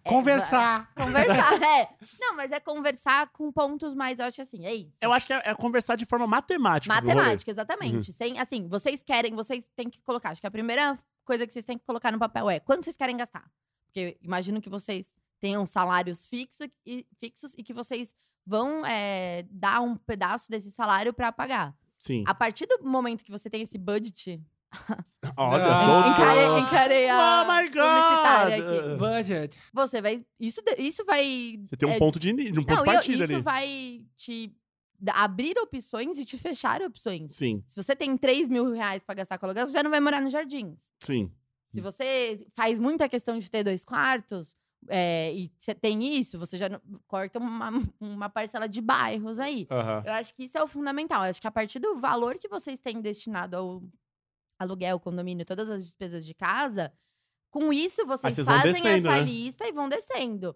S4: é,
S2: Conversar.
S4: va- conversar, é. Não, mas é conversar com pontos mais, eu acho assim, é isso.
S3: Eu acho que é, é conversar de forma matemática. Tipo, do rolê. Uhum.
S4: Matemática, exatamente. Sem, assim, vocês querem, vocês têm que colocar. Acho que a primeira coisa que vocês têm que colocar no papel é quanto vocês querem gastar. Porque eu imagino que vocês tenham salários fixo e, fixos e que vocês vão é, dar um pedaço desse salário pra pagar.
S3: Sim.
S4: A partir do momento que você tem esse budget,
S3: Olha,
S2: Ah.
S4: encarei,
S3: soltou.
S4: encarei a
S3: Oh my
S4: publicitária aqui.
S3: God!
S2: Budget.
S4: Você vai. Isso, de- isso vai.
S3: Você tem um
S4: é,
S3: ponto de, ni- de um ponto
S4: Não,
S3: de
S4: eu-
S3: partida
S4: isso
S3: ali.
S4: vai te da- abrir opções e te fechar opções.
S3: Sim,
S4: Se você tem 3 mil reais pra gastar com aluguel, você já não vai morar nos jardins.
S3: sim.
S4: Se você faz muita questão de ter dois quartos é, e você tem isso, você já não- corta uma, uma parcela de bairros aí.
S3: Aham.
S4: Eu acho que isso é o fundamental. Eu acho que a partir do valor que vocês têm destinado ao aluguel, condomínio, todas as despesas de casa, com isso vocês,
S3: vocês vão
S4: fazem
S3: descendo,
S4: essa
S3: né?
S4: lista e vão descendo.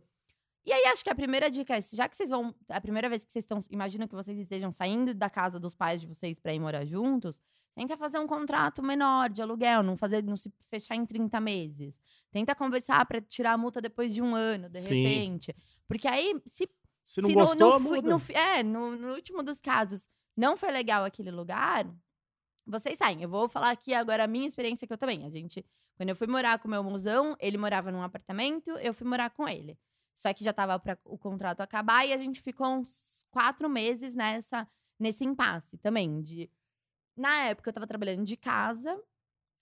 S4: E aí acho que a primeira dica é, já que vocês vão, a primeira vez que vocês estão, imagino que vocês estejam saindo da casa dos pais de vocês para ir morar juntos, tenta fazer um contrato menor de aluguel, não fazer, não se fechar em 30 meses. Tenta conversar para tirar a multa depois de um ano, de
S3: Sim.
S4: repente. Porque aí, se
S3: Se não
S4: se no-
S3: gostou,
S4: no fi-
S3: muda.
S4: no fi- é, no, no último dos casos, não foi legal aquele lugar, vocês saem. Eu vou falar aqui agora a minha experiência que eu também. A gente, quando eu fui morar com o meu mozão, ele morava num apartamento, eu fui morar com ele. Só que já tava pra o contrato acabar e a gente ficou uns quatro meses nessa, nesse impasse também. De... Na época eu tava trabalhando de casa,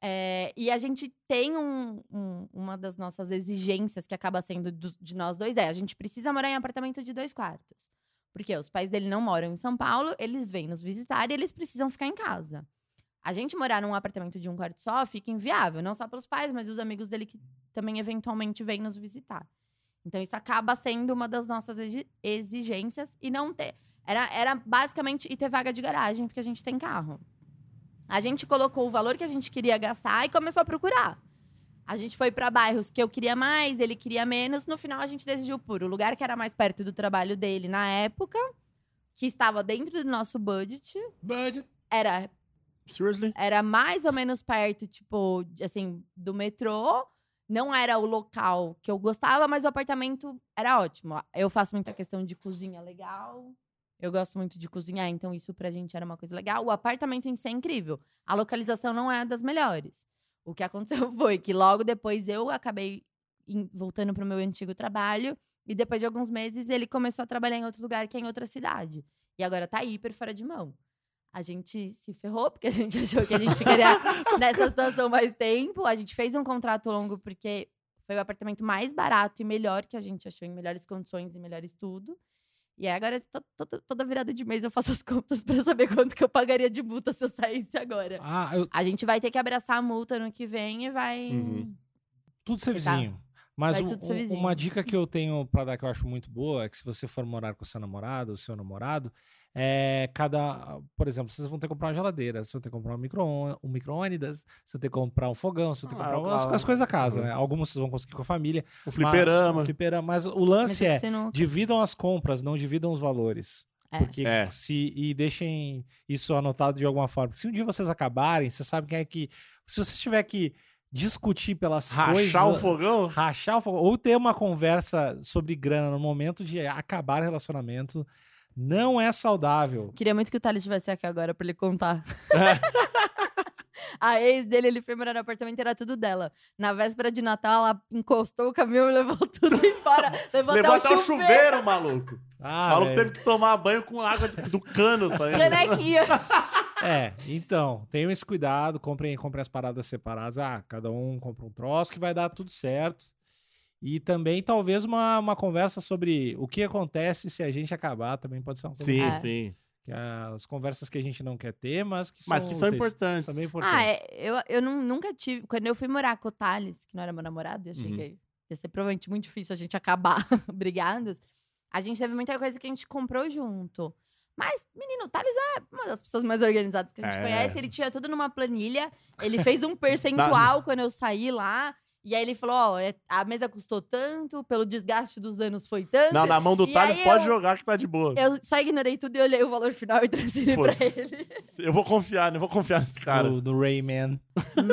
S4: É, e a gente tem um, um- uma das nossas exigências que acaba sendo do- de nós dois é a gente precisa morar em apartamento de dois quartos. Porque os pais dele não moram em São Paulo, eles vêm nos visitar e eles precisam ficar em casa. A gente morar num apartamento de um quarto só fica inviável, não só pelos pais, mas os amigos dele que também eventualmente vêm nos visitar. Então isso acaba sendo uma das nossas exi- exigências e não ter era, era basicamente e ter vaga de garagem, porque a gente tem carro. A gente colocou o valor que a gente queria gastar e começou a procurar. A gente foi para bairros que eu queria mais, ele queria menos. No final, a gente decidiu por o lugar que era mais perto do trabalho dele na época, que estava dentro do nosso budget.
S2: Budget.
S4: Era,
S3: Seriously?
S4: era mais ou menos perto, tipo, de- assim, do metrô. Não era o local que eu gostava, mas o apartamento era ótimo. Eu faço muita questão de cozinha legal. Eu gosto muito de cozinhar, então isso pra gente era uma coisa legal. O apartamento em si é incrível. A localização não é a das melhores. O que aconteceu foi que logo depois eu acabei em- voltando pro meu antigo trabalho. E depois de alguns meses ele começou a trabalhar em outro lugar, que é em outra cidade. E agora tá hiper fora de mão. A gente se ferrou, porque a gente achou que a gente ficaria nessa situação mais tempo. A gente fez um contrato longo, porque foi o apartamento mais barato e melhor que a gente achou, em melhores condições e melhores tudo. E aí agora, to- to- toda virada de mês, eu faço as contas pra saber quanto que eu pagaria de multa se eu saísse agora.
S2: Ah, eu-
S4: A gente vai ter que abraçar a multa no que vem e vai.
S3: Uhum.
S2: tudo ser
S4: Tá.
S2: vizinho. Mas
S4: Vai
S2: um-
S4: tudo ser
S2: um-
S4: vizinho.
S2: uma dica que eu tenho pra dar que eu acho muito boa é que se você for morar com seu namorado ou seu namorado, é, cada, por exemplo, vocês vão ter que comprar uma geladeira, vocês vão ter que comprar um micro- um micro-ônibus, vocês vão ter que comprar um fogão, vocês vão ter que
S3: Ah,
S2: comprar umas-
S3: claro.
S2: as coisas da casa,
S3: Uhum.
S2: né? Algumas vocês vão conseguir com a família.
S3: O
S2: mas-
S3: Um fliperama.
S2: fliperama, Mas o
S4: Mas
S2: lance é,
S4: isso não-
S2: dividam as compras, não dividam os valores.
S4: É.
S2: Porque
S3: É.
S2: se e deixem isso anotado de alguma forma. Porque se um dia vocês acabarem, você sabe quem é que se você tiver que discutir pelas
S3: Rachar o
S2: coisas,
S3: fogão?
S2: rachar o fogo, ou ter uma conversa sobre grana no momento de acabar o relacionamento, não é saudável.
S4: Queria muito que o Thales estivesse aqui agora pra ele contar. a ex dele, ele foi morar no apartamento e era tudo dela. Na véspera de Natal, ela encostou o caminhão e levou tudo embora. Levou,
S3: Levantar
S4: até o chuveiro.
S3: maluco. O
S2: Ah,
S3: maluco
S2: velho.
S3: teve que tomar banho com água do do cano saindo.
S4: Canequinha.
S2: É, então, tenham esse cuidado, comprem, comprem as paradas separadas. Ah, cada um compra um troço que vai dar tudo certo. E também, talvez, uma, uma conversa sobre o que acontece se a gente acabar também pode ser um tema.
S3: Sim,
S4: É.
S3: sim.
S2: Que é as conversas que a gente não quer ter, mas que
S3: Mas que são
S2: úteis,
S3: importantes.
S2: São bem importantes.
S4: Ah, é, eu, eu não- nunca tive. Quando eu fui morar com o Thales, que não era meu namorado, eu achei
S3: Uhum.
S4: que ia ser provavelmente muito difícil a gente acabar brigados. A gente teve muita coisa que a gente comprou junto. Mas, menino, o Thales é uma das pessoas mais organizadas que a gente
S3: É.
S4: conhece. Ele tinha tudo numa planilha. Ele fez um percentual quando eu saí lá. E aí ele falou: Ó, é- a mesa custou tanto, pelo desgaste dos anos foi tanto.
S3: Não, na mão do
S4: E
S3: Thales
S4: aí
S3: pode
S4: eu-
S3: jogar que tá de boa.
S4: Eu só ignorei tudo e olhei o valor final e transferi
S3: Foi.
S4: pra ele.
S3: Eu vou confiar, não vou confiar nesse cara.
S2: do, do Rayman.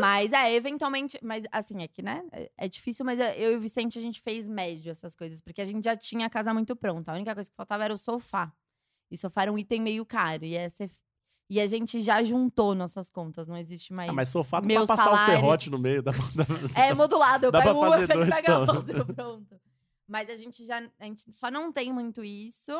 S4: Mas é, eventualmente. Mas assim, é que, né? é- É difícil, mas é, eu e o Vicente a gente fez médio essas coisas, porque a gente já tinha a casa muito pronta. A única coisa que faltava era o sofá. E sofá era um item meio caro. E, essa, e a gente já juntou nossas contas, não existe mais.
S3: Ah, mas sofá dá pra
S4: Meu
S3: passar o
S4: salário-
S3: serrote no meio. Dá pra, dá pra-
S4: É modulado, eu
S3: Dá
S4: pego
S3: pra
S4: uma,
S3: fazer
S4: ele
S3: dois,
S4: pega
S3: então.
S4: outra, pronto. Mas a gente já. A gente só não tem muito isso,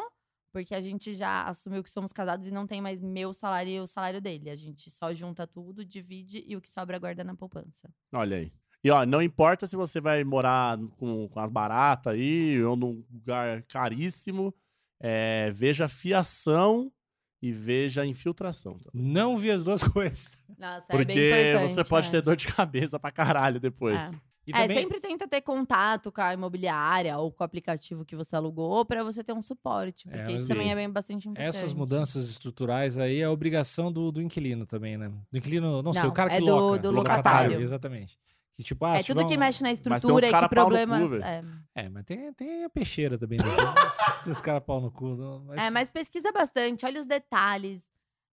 S4: porque a gente já assumiu que somos casados e não tem mais meu salário e o salário dele. A gente só junta tudo, divide e o que sobra guarda na poupança.
S3: Olha aí. E ó, não importa se você vai morar com, com as baratas aí ou num lugar caríssimo, é, veja fiação e veja infiltração.
S2: Não vi as duas coisas.
S4: Nossa,
S3: Porque
S4: é bem importante.
S3: você pode
S4: é.
S3: ter dor de cabeça pra caralho depois.
S4: É.
S2: E
S4: É,
S2: também-
S4: sempre tenta ter contato com a imobiliária ou com o aplicativo que você alugou pra você ter um suporte,
S2: É,
S4: porque
S2: mas
S4: isso também
S3: sim.
S4: é bem bastante importante.
S2: Essas mudanças estruturais aí é obrigação do, do inquilino também, né? Do inquilino, não sei, o
S4: Não,
S2: cara que
S4: é do-
S2: loca.
S4: do
S3: locatário.
S2: Exatamente. Que tipo, ah,
S4: É
S2: se
S4: tudo
S2: tiver
S4: que
S2: um-
S4: mexe na
S3: tem uns
S4: estrutura e
S3: cara
S4: que
S3: pau no cu,
S4: problemas.
S3: velho.
S4: é.
S2: É, mas tem, tem a peixeira também. né? tem os caras pau no cu. não- mas...
S4: É, mas pesquisa bastante, olha os detalhes.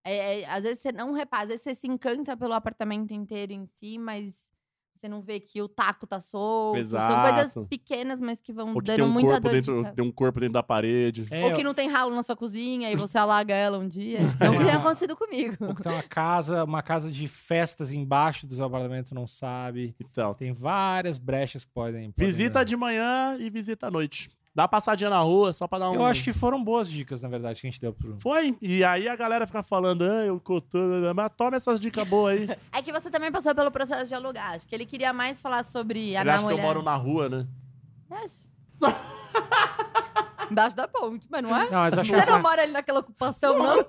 S4: É, é, às vezes você não repara, às vezes você se encanta pelo apartamento inteiro em si, mas você não vê que o taco tá solto. São
S3: Exato.
S4: coisas pequenas, mas que vão
S3: Ou que
S4: dando
S3: tem um,
S4: muita
S3: corpo
S4: dor
S3: dentro,
S4: de... ca-
S3: tem um corpo dentro da parede.
S2: É,
S4: Ou que não tem ralo na sua cozinha e você alaga ela um dia. Não que
S2: É.
S4: tenha acontecido comigo.
S2: ou que tem uma casa, uma casa de festas embaixo do seu apartamento, não sabe.
S3: Então,
S2: Tem várias brechas que podem. podem
S3: visita
S2: dar.
S3: de manhã e visita à noite. Dá uma passadinha na rua só pra dar um.
S2: Eu acho que foram boas dicas, na verdade, que a gente deu pro.
S3: Foi. E aí a galera fica falando, ah, eu cotando. Mas toma essas dicas boas aí.
S4: É que você também passou pelo processo de alugar. Acho que ele queria mais falar sobre a
S3: Ele acha que eu
S4: mulher.
S3: moro na rua, né?
S4: Acho. Embaixo da ponte, mas não é?
S2: Não, mas eu acho que
S4: Você não
S2: a,
S4: mora ali naquela ocupação, não? É,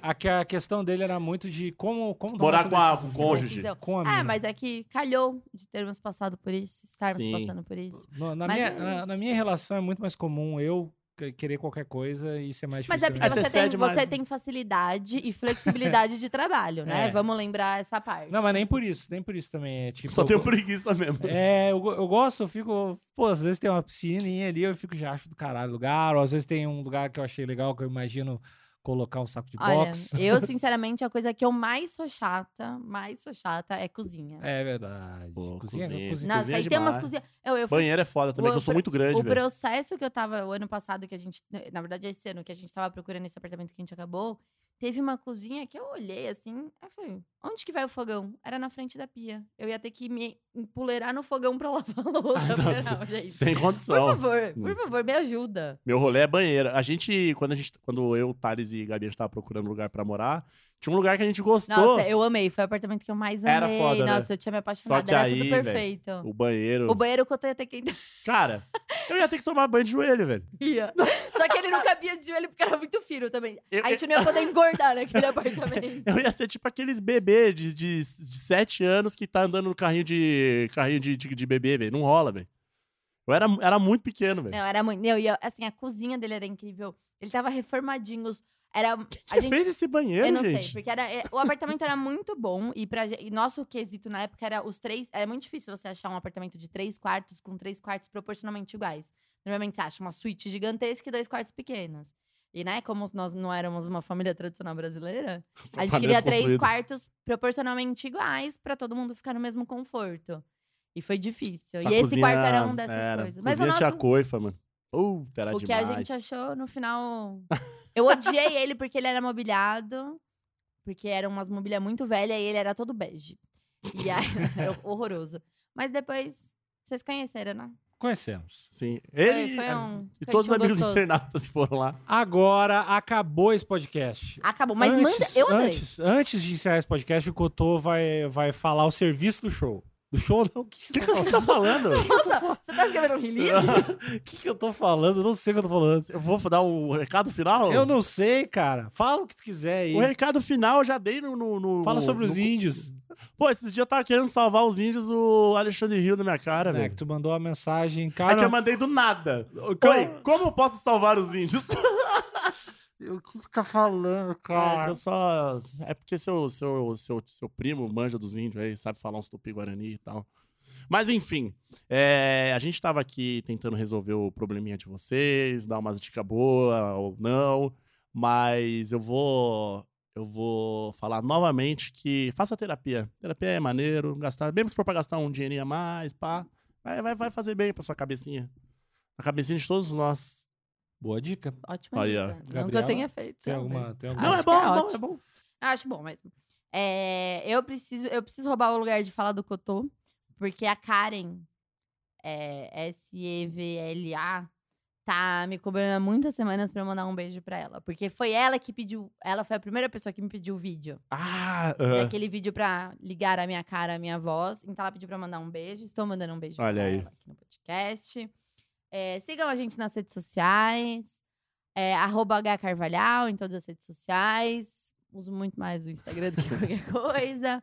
S2: a- que a questão dele era muito de como. como dar
S3: Morar
S2: essa
S3: com a-
S2: decisão.
S3: com o cônjuge.
S4: Decisão.
S2: Com a
S4: É,
S2: mina.
S4: mas é que calhou de termos passado por isso, estarmos
S3: Sim.
S4: passando por isso.
S2: No- na,
S4: Mas
S2: minha,
S4: é
S2: na,
S4: isso.
S2: na minha relação é muito mais comum eu que- querer qualquer coisa e ser mais
S4: Mas
S2: difícil. né?
S4: é
S2: também.
S3: Aí
S4: porque
S3: você
S4: você, tem,
S3: cede mais.
S4: você tem facilidade e flexibilidade de trabalho, né?
S2: É.
S4: Vamos lembrar essa parte.
S2: Não, mas nem por isso, nem por isso também. É tipo.
S3: Só
S2: eu
S3: tenho
S2: go-
S3: preguiça mesmo.
S2: É, eu, go- eu gosto, eu fico. Pô, às vezes tem uma piscininha ali, eu fico já acho do caralho o lugar. Ou às vezes tem um lugar que eu achei legal que eu imagino colocar um saco de
S4: Olha,
S2: boxe.
S4: eu, sinceramente, a coisa que eu mais sou chata, mais sou chata é cozinha.
S2: É verdade.
S3: Pô,
S2: cozinha, cozinha.
S3: cozinha.
S4: Nossa,
S3: cozinha
S4: aí
S3: é
S4: tem umas
S3: demais.
S4: cozinhas. Eu, eu fui
S3: Banheiro é foda também,
S4: O
S3: que eu sou
S4: pro-
S3: muito grande,
S4: O
S3: velho.
S4: processo que eu tava, o ano passado, que a gente. né, Na verdade, esse ano, que a gente tava procurando esse apartamento que a gente acabou, teve uma cozinha que eu olhei assim. Aí eu falei, onde que vai o fogão? Era na frente da pia. Eu ia ter que me empoleirar no fogão pra lavar a louça.
S3: Ah,
S4: Eu falei,
S3: não,
S4: não, gente.
S3: Sem
S4: Por
S3: condição.
S4: favor, por favor, me ajuda.
S3: Meu rolê é banheiro. A gente, quando, a gente, quando eu, Thales e Gabi, a gente tava procurando lugar pra morar, tinha um lugar que a gente gostou.
S4: Nossa, eu amei. Foi o apartamento que eu mais amei.
S3: Era foda, né?
S4: Nossa, eu tinha me apaixonado.
S3: Só que
S4: Era
S3: aí,
S4: tudo
S3: velho,
S4: perfeito.
S3: O banheiro.
S4: O banheiro que eu tô ia ter que entrar.
S3: Cara, eu ia ter que tomar banho de joelho, velho.
S4: ia. Só que ele não cabia de joelho porque era muito fino também.
S3: Eu-
S4: a gente não ia poder engordar naquele apartamento.
S3: Eu ia ser tipo aqueles bebês de, de, de 7 anos que tá andando no carrinho de, carrinho de, de, de bebê, velho. Não rola, velho. Eu era, era muito pequeno, velho.
S4: Não, era muito. Não, e eu- assim, a cozinha dele era incrível. Ele tava reformadinho. os- Era. A
S3: Você
S4: gente.
S3: fez esse banheiro,
S4: Eu não
S3: gente?
S4: sei, porque era, é, o apartamento era muito bom e, pra, gen- e nosso quesito na época era os três. É muito difícil você achar um apartamento de três quartos com três quartos proporcionalmente iguais. Normalmente você acha uma suíte gigantesca e dois quartos pequenos. E, né, como nós não éramos uma família tradicional brasileira, a gente
S3: Apartamento
S4: queria três
S3: construído.
S4: quartos proporcionalmente iguais pra todo mundo ficar no mesmo conforto. E foi difícil.
S3: Essa
S4: e esse
S3: cozinha
S4: quarto era um dessas
S3: era.
S4: coisas. Mas o
S3: cozinha
S4: nosso
S3: tinha coifa, mano. Puta, era
S4: o que
S3: demais.
S4: a gente achou no final. Eu odiei ele porque ele era mobiliado, porque eram umas mobílias muito velhas e ele era todo bege. E aí, era horroroso. Mas depois, vocês conheceram, né?
S2: Conhecemos.
S3: Sim.
S4: Foi-
S3: Ele... é,
S4: foi um.
S3: E
S4: foi
S3: todos os
S4: um
S3: amigos
S4: gostoso.
S3: internautas que foram lá.
S2: Agora acabou esse podcast.
S4: Acabou. Mas manda.
S2: antes,
S4: Eu adorei.
S2: antes, antes de encerrar esse podcast, o Cotô vai, vai falar o serviço do show. Do show não? O que,
S3: O que, que você tá falando?
S4: Nossa, você tá escrevendo um release?
S2: O que, que eu tô falando? Eu não sei o que eu tô falando.
S3: Eu vou dar o recado final?
S2: Eu não sei, cara. Fala o que tu quiser aí.
S3: O recado final eu já dei no. no- no-
S2: Fala sobre
S3: no-
S2: os índios.
S3: Pô, esses dias eu tava querendo salvar os índios, o Alexandre Rio na minha cara,
S2: É,
S3: velho.
S2: que tu mandou a mensagem,
S3: É que
S2: cara.
S3: eu mandei do nada.
S2: o que-
S3: Oi, como eu posso salvar os índios?
S2: O que tu tá falando,
S3: É,
S2: cara?
S3: eu só. É porque seu, seu, seu, seu primo manja dos índios aí, sabe falar uns tupi-guarani e tal. Mas enfim, é, a gente tava aqui tentando resolver o probleminha de vocês, dar umas dicas boas ou não, mas eu vou. Eu vou falar novamente que faça terapia. Terapia é maneiro, gastar. Mesmo se for pra gastar um dinheirinho a mais, pá. Vai, vai, vai fazer bem pra sua cabecinha. A cabecinha de todos nós.
S2: Boa dica.
S4: Ótima
S3: Aí, ó.
S4: dica. né? Não que eu
S2: Gabriela,
S4: tenha feito.
S2: Tem
S4: não,
S2: alguma.
S4: mas-
S2: Tem alguma...
S3: Não, é
S4: Acho
S3: bom,
S4: que é
S3: é bom, é
S4: ótimo.
S3: bom.
S4: Acho bom mesmo. É, eu, preciso, eu preciso roubar o lugar de falar do Cotô, porque a Karen, é, S-E-V-L-A, tá me cobrando há muitas semanas pra eu mandar um beijo pra ela. Porque foi ela que pediu, ela foi a primeira pessoa que me pediu o vídeo.
S3: Ah,
S4: É
S3: ah.
S4: aquele vídeo pra ligar a minha cara, a minha voz. Então ela pediu pra mandar um beijo. Estou mandando um beijo
S3: Olha
S4: pra
S3: aí.
S4: ela aqui no podcast. É, sigam a gente nas redes sociais. É, arroba H Carvalhal em todas as redes sociais. Uso muito mais o Instagram do que qualquer coisa.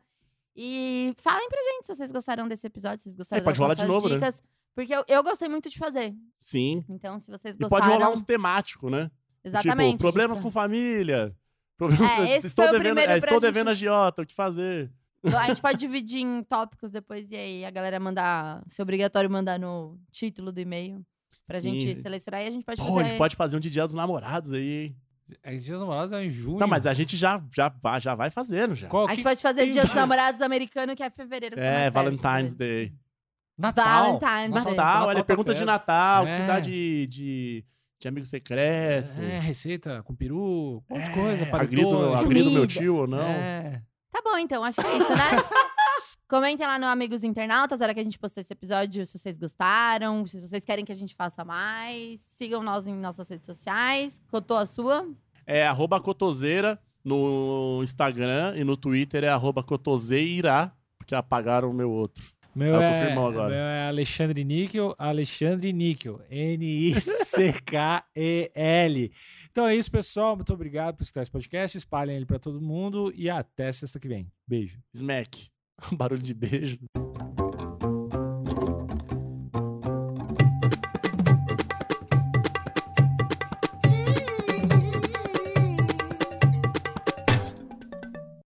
S4: E falem pra gente se vocês gostaram desse episódio, se vocês gostaram
S3: É, pode
S4: das
S3: rolar de
S4: nossas
S3: novo, né?
S4: dicas. Porque eu, eu gostei muito de fazer.
S3: sim.
S4: Então, se vocês
S3: E
S4: gostaram...
S3: pode rolar uns temáticos, né?
S4: Exatamente.
S3: Tipo, problemas
S4: gente.
S3: com família. Problemas
S4: É, esse
S3: estou
S4: foi o
S3: devendo,
S4: primeiro
S3: é,
S4: pra
S3: estou
S4: gente-
S3: devendo agiota, o que fazer?
S4: A gente pode dividir em tópicos depois e aí a galera mandar, se é obrigatório mandar no título do e-mail pra
S3: Sim.
S4: gente selecionar e a gente pode
S3: Pô, a
S4: fazer.
S3: gente pode fazer um de dia dos namorados aí. hein?
S2: É que Dias dos Namorados é em junho.
S3: Não, mas a gente já, já, vai- já vai fazendo já.
S2: Qual
S4: A
S2: que-
S4: gente pode fazer
S2: tem-
S4: Dia dos Namorados americano, que é fevereiro. que tá
S3: É,
S4: mais perto,
S3: Valentine's
S4: né?
S3: Day.
S2: Natal.
S3: né?
S4: Valentine's
S2: Natal.
S4: Day.
S3: Natal,
S2: Natal
S3: ele
S2: tá
S3: pergunta de
S2: perto.
S3: Natal, o
S2: É.
S3: que dá de, de, de amigo secreto. É,
S2: É, receita com peru, um monte de coisa.
S3: Agrido,
S2: paletó,
S4: agrido
S3: agrido meu
S4: comida.
S3: tio ou não.
S2: É.
S4: Tá bom, então, acho que é isso, né? Comentem lá no Amigos Internautas, na hora que a gente postar esse episódio, se vocês gostaram, se vocês querem que a gente faça mais. Sigam nós em nossas redes sociais. Cotou a sua?
S3: É arroba cotoseira no Instagram e no Twitter é arroba cotoseira, porque apagaram o meu outro.
S2: Meu
S3: Ah, eu
S2: é,
S3: confirmo agora.
S2: meu é Alexandre Níquel, Alexandre Níquel, N-I-C-K-E-L. então é isso, pessoal. Muito obrigado por escutar esse podcast. Espalhem ele pra todo mundo e até sexta que vem. Beijo.
S3: Smack. Barulho de beijo.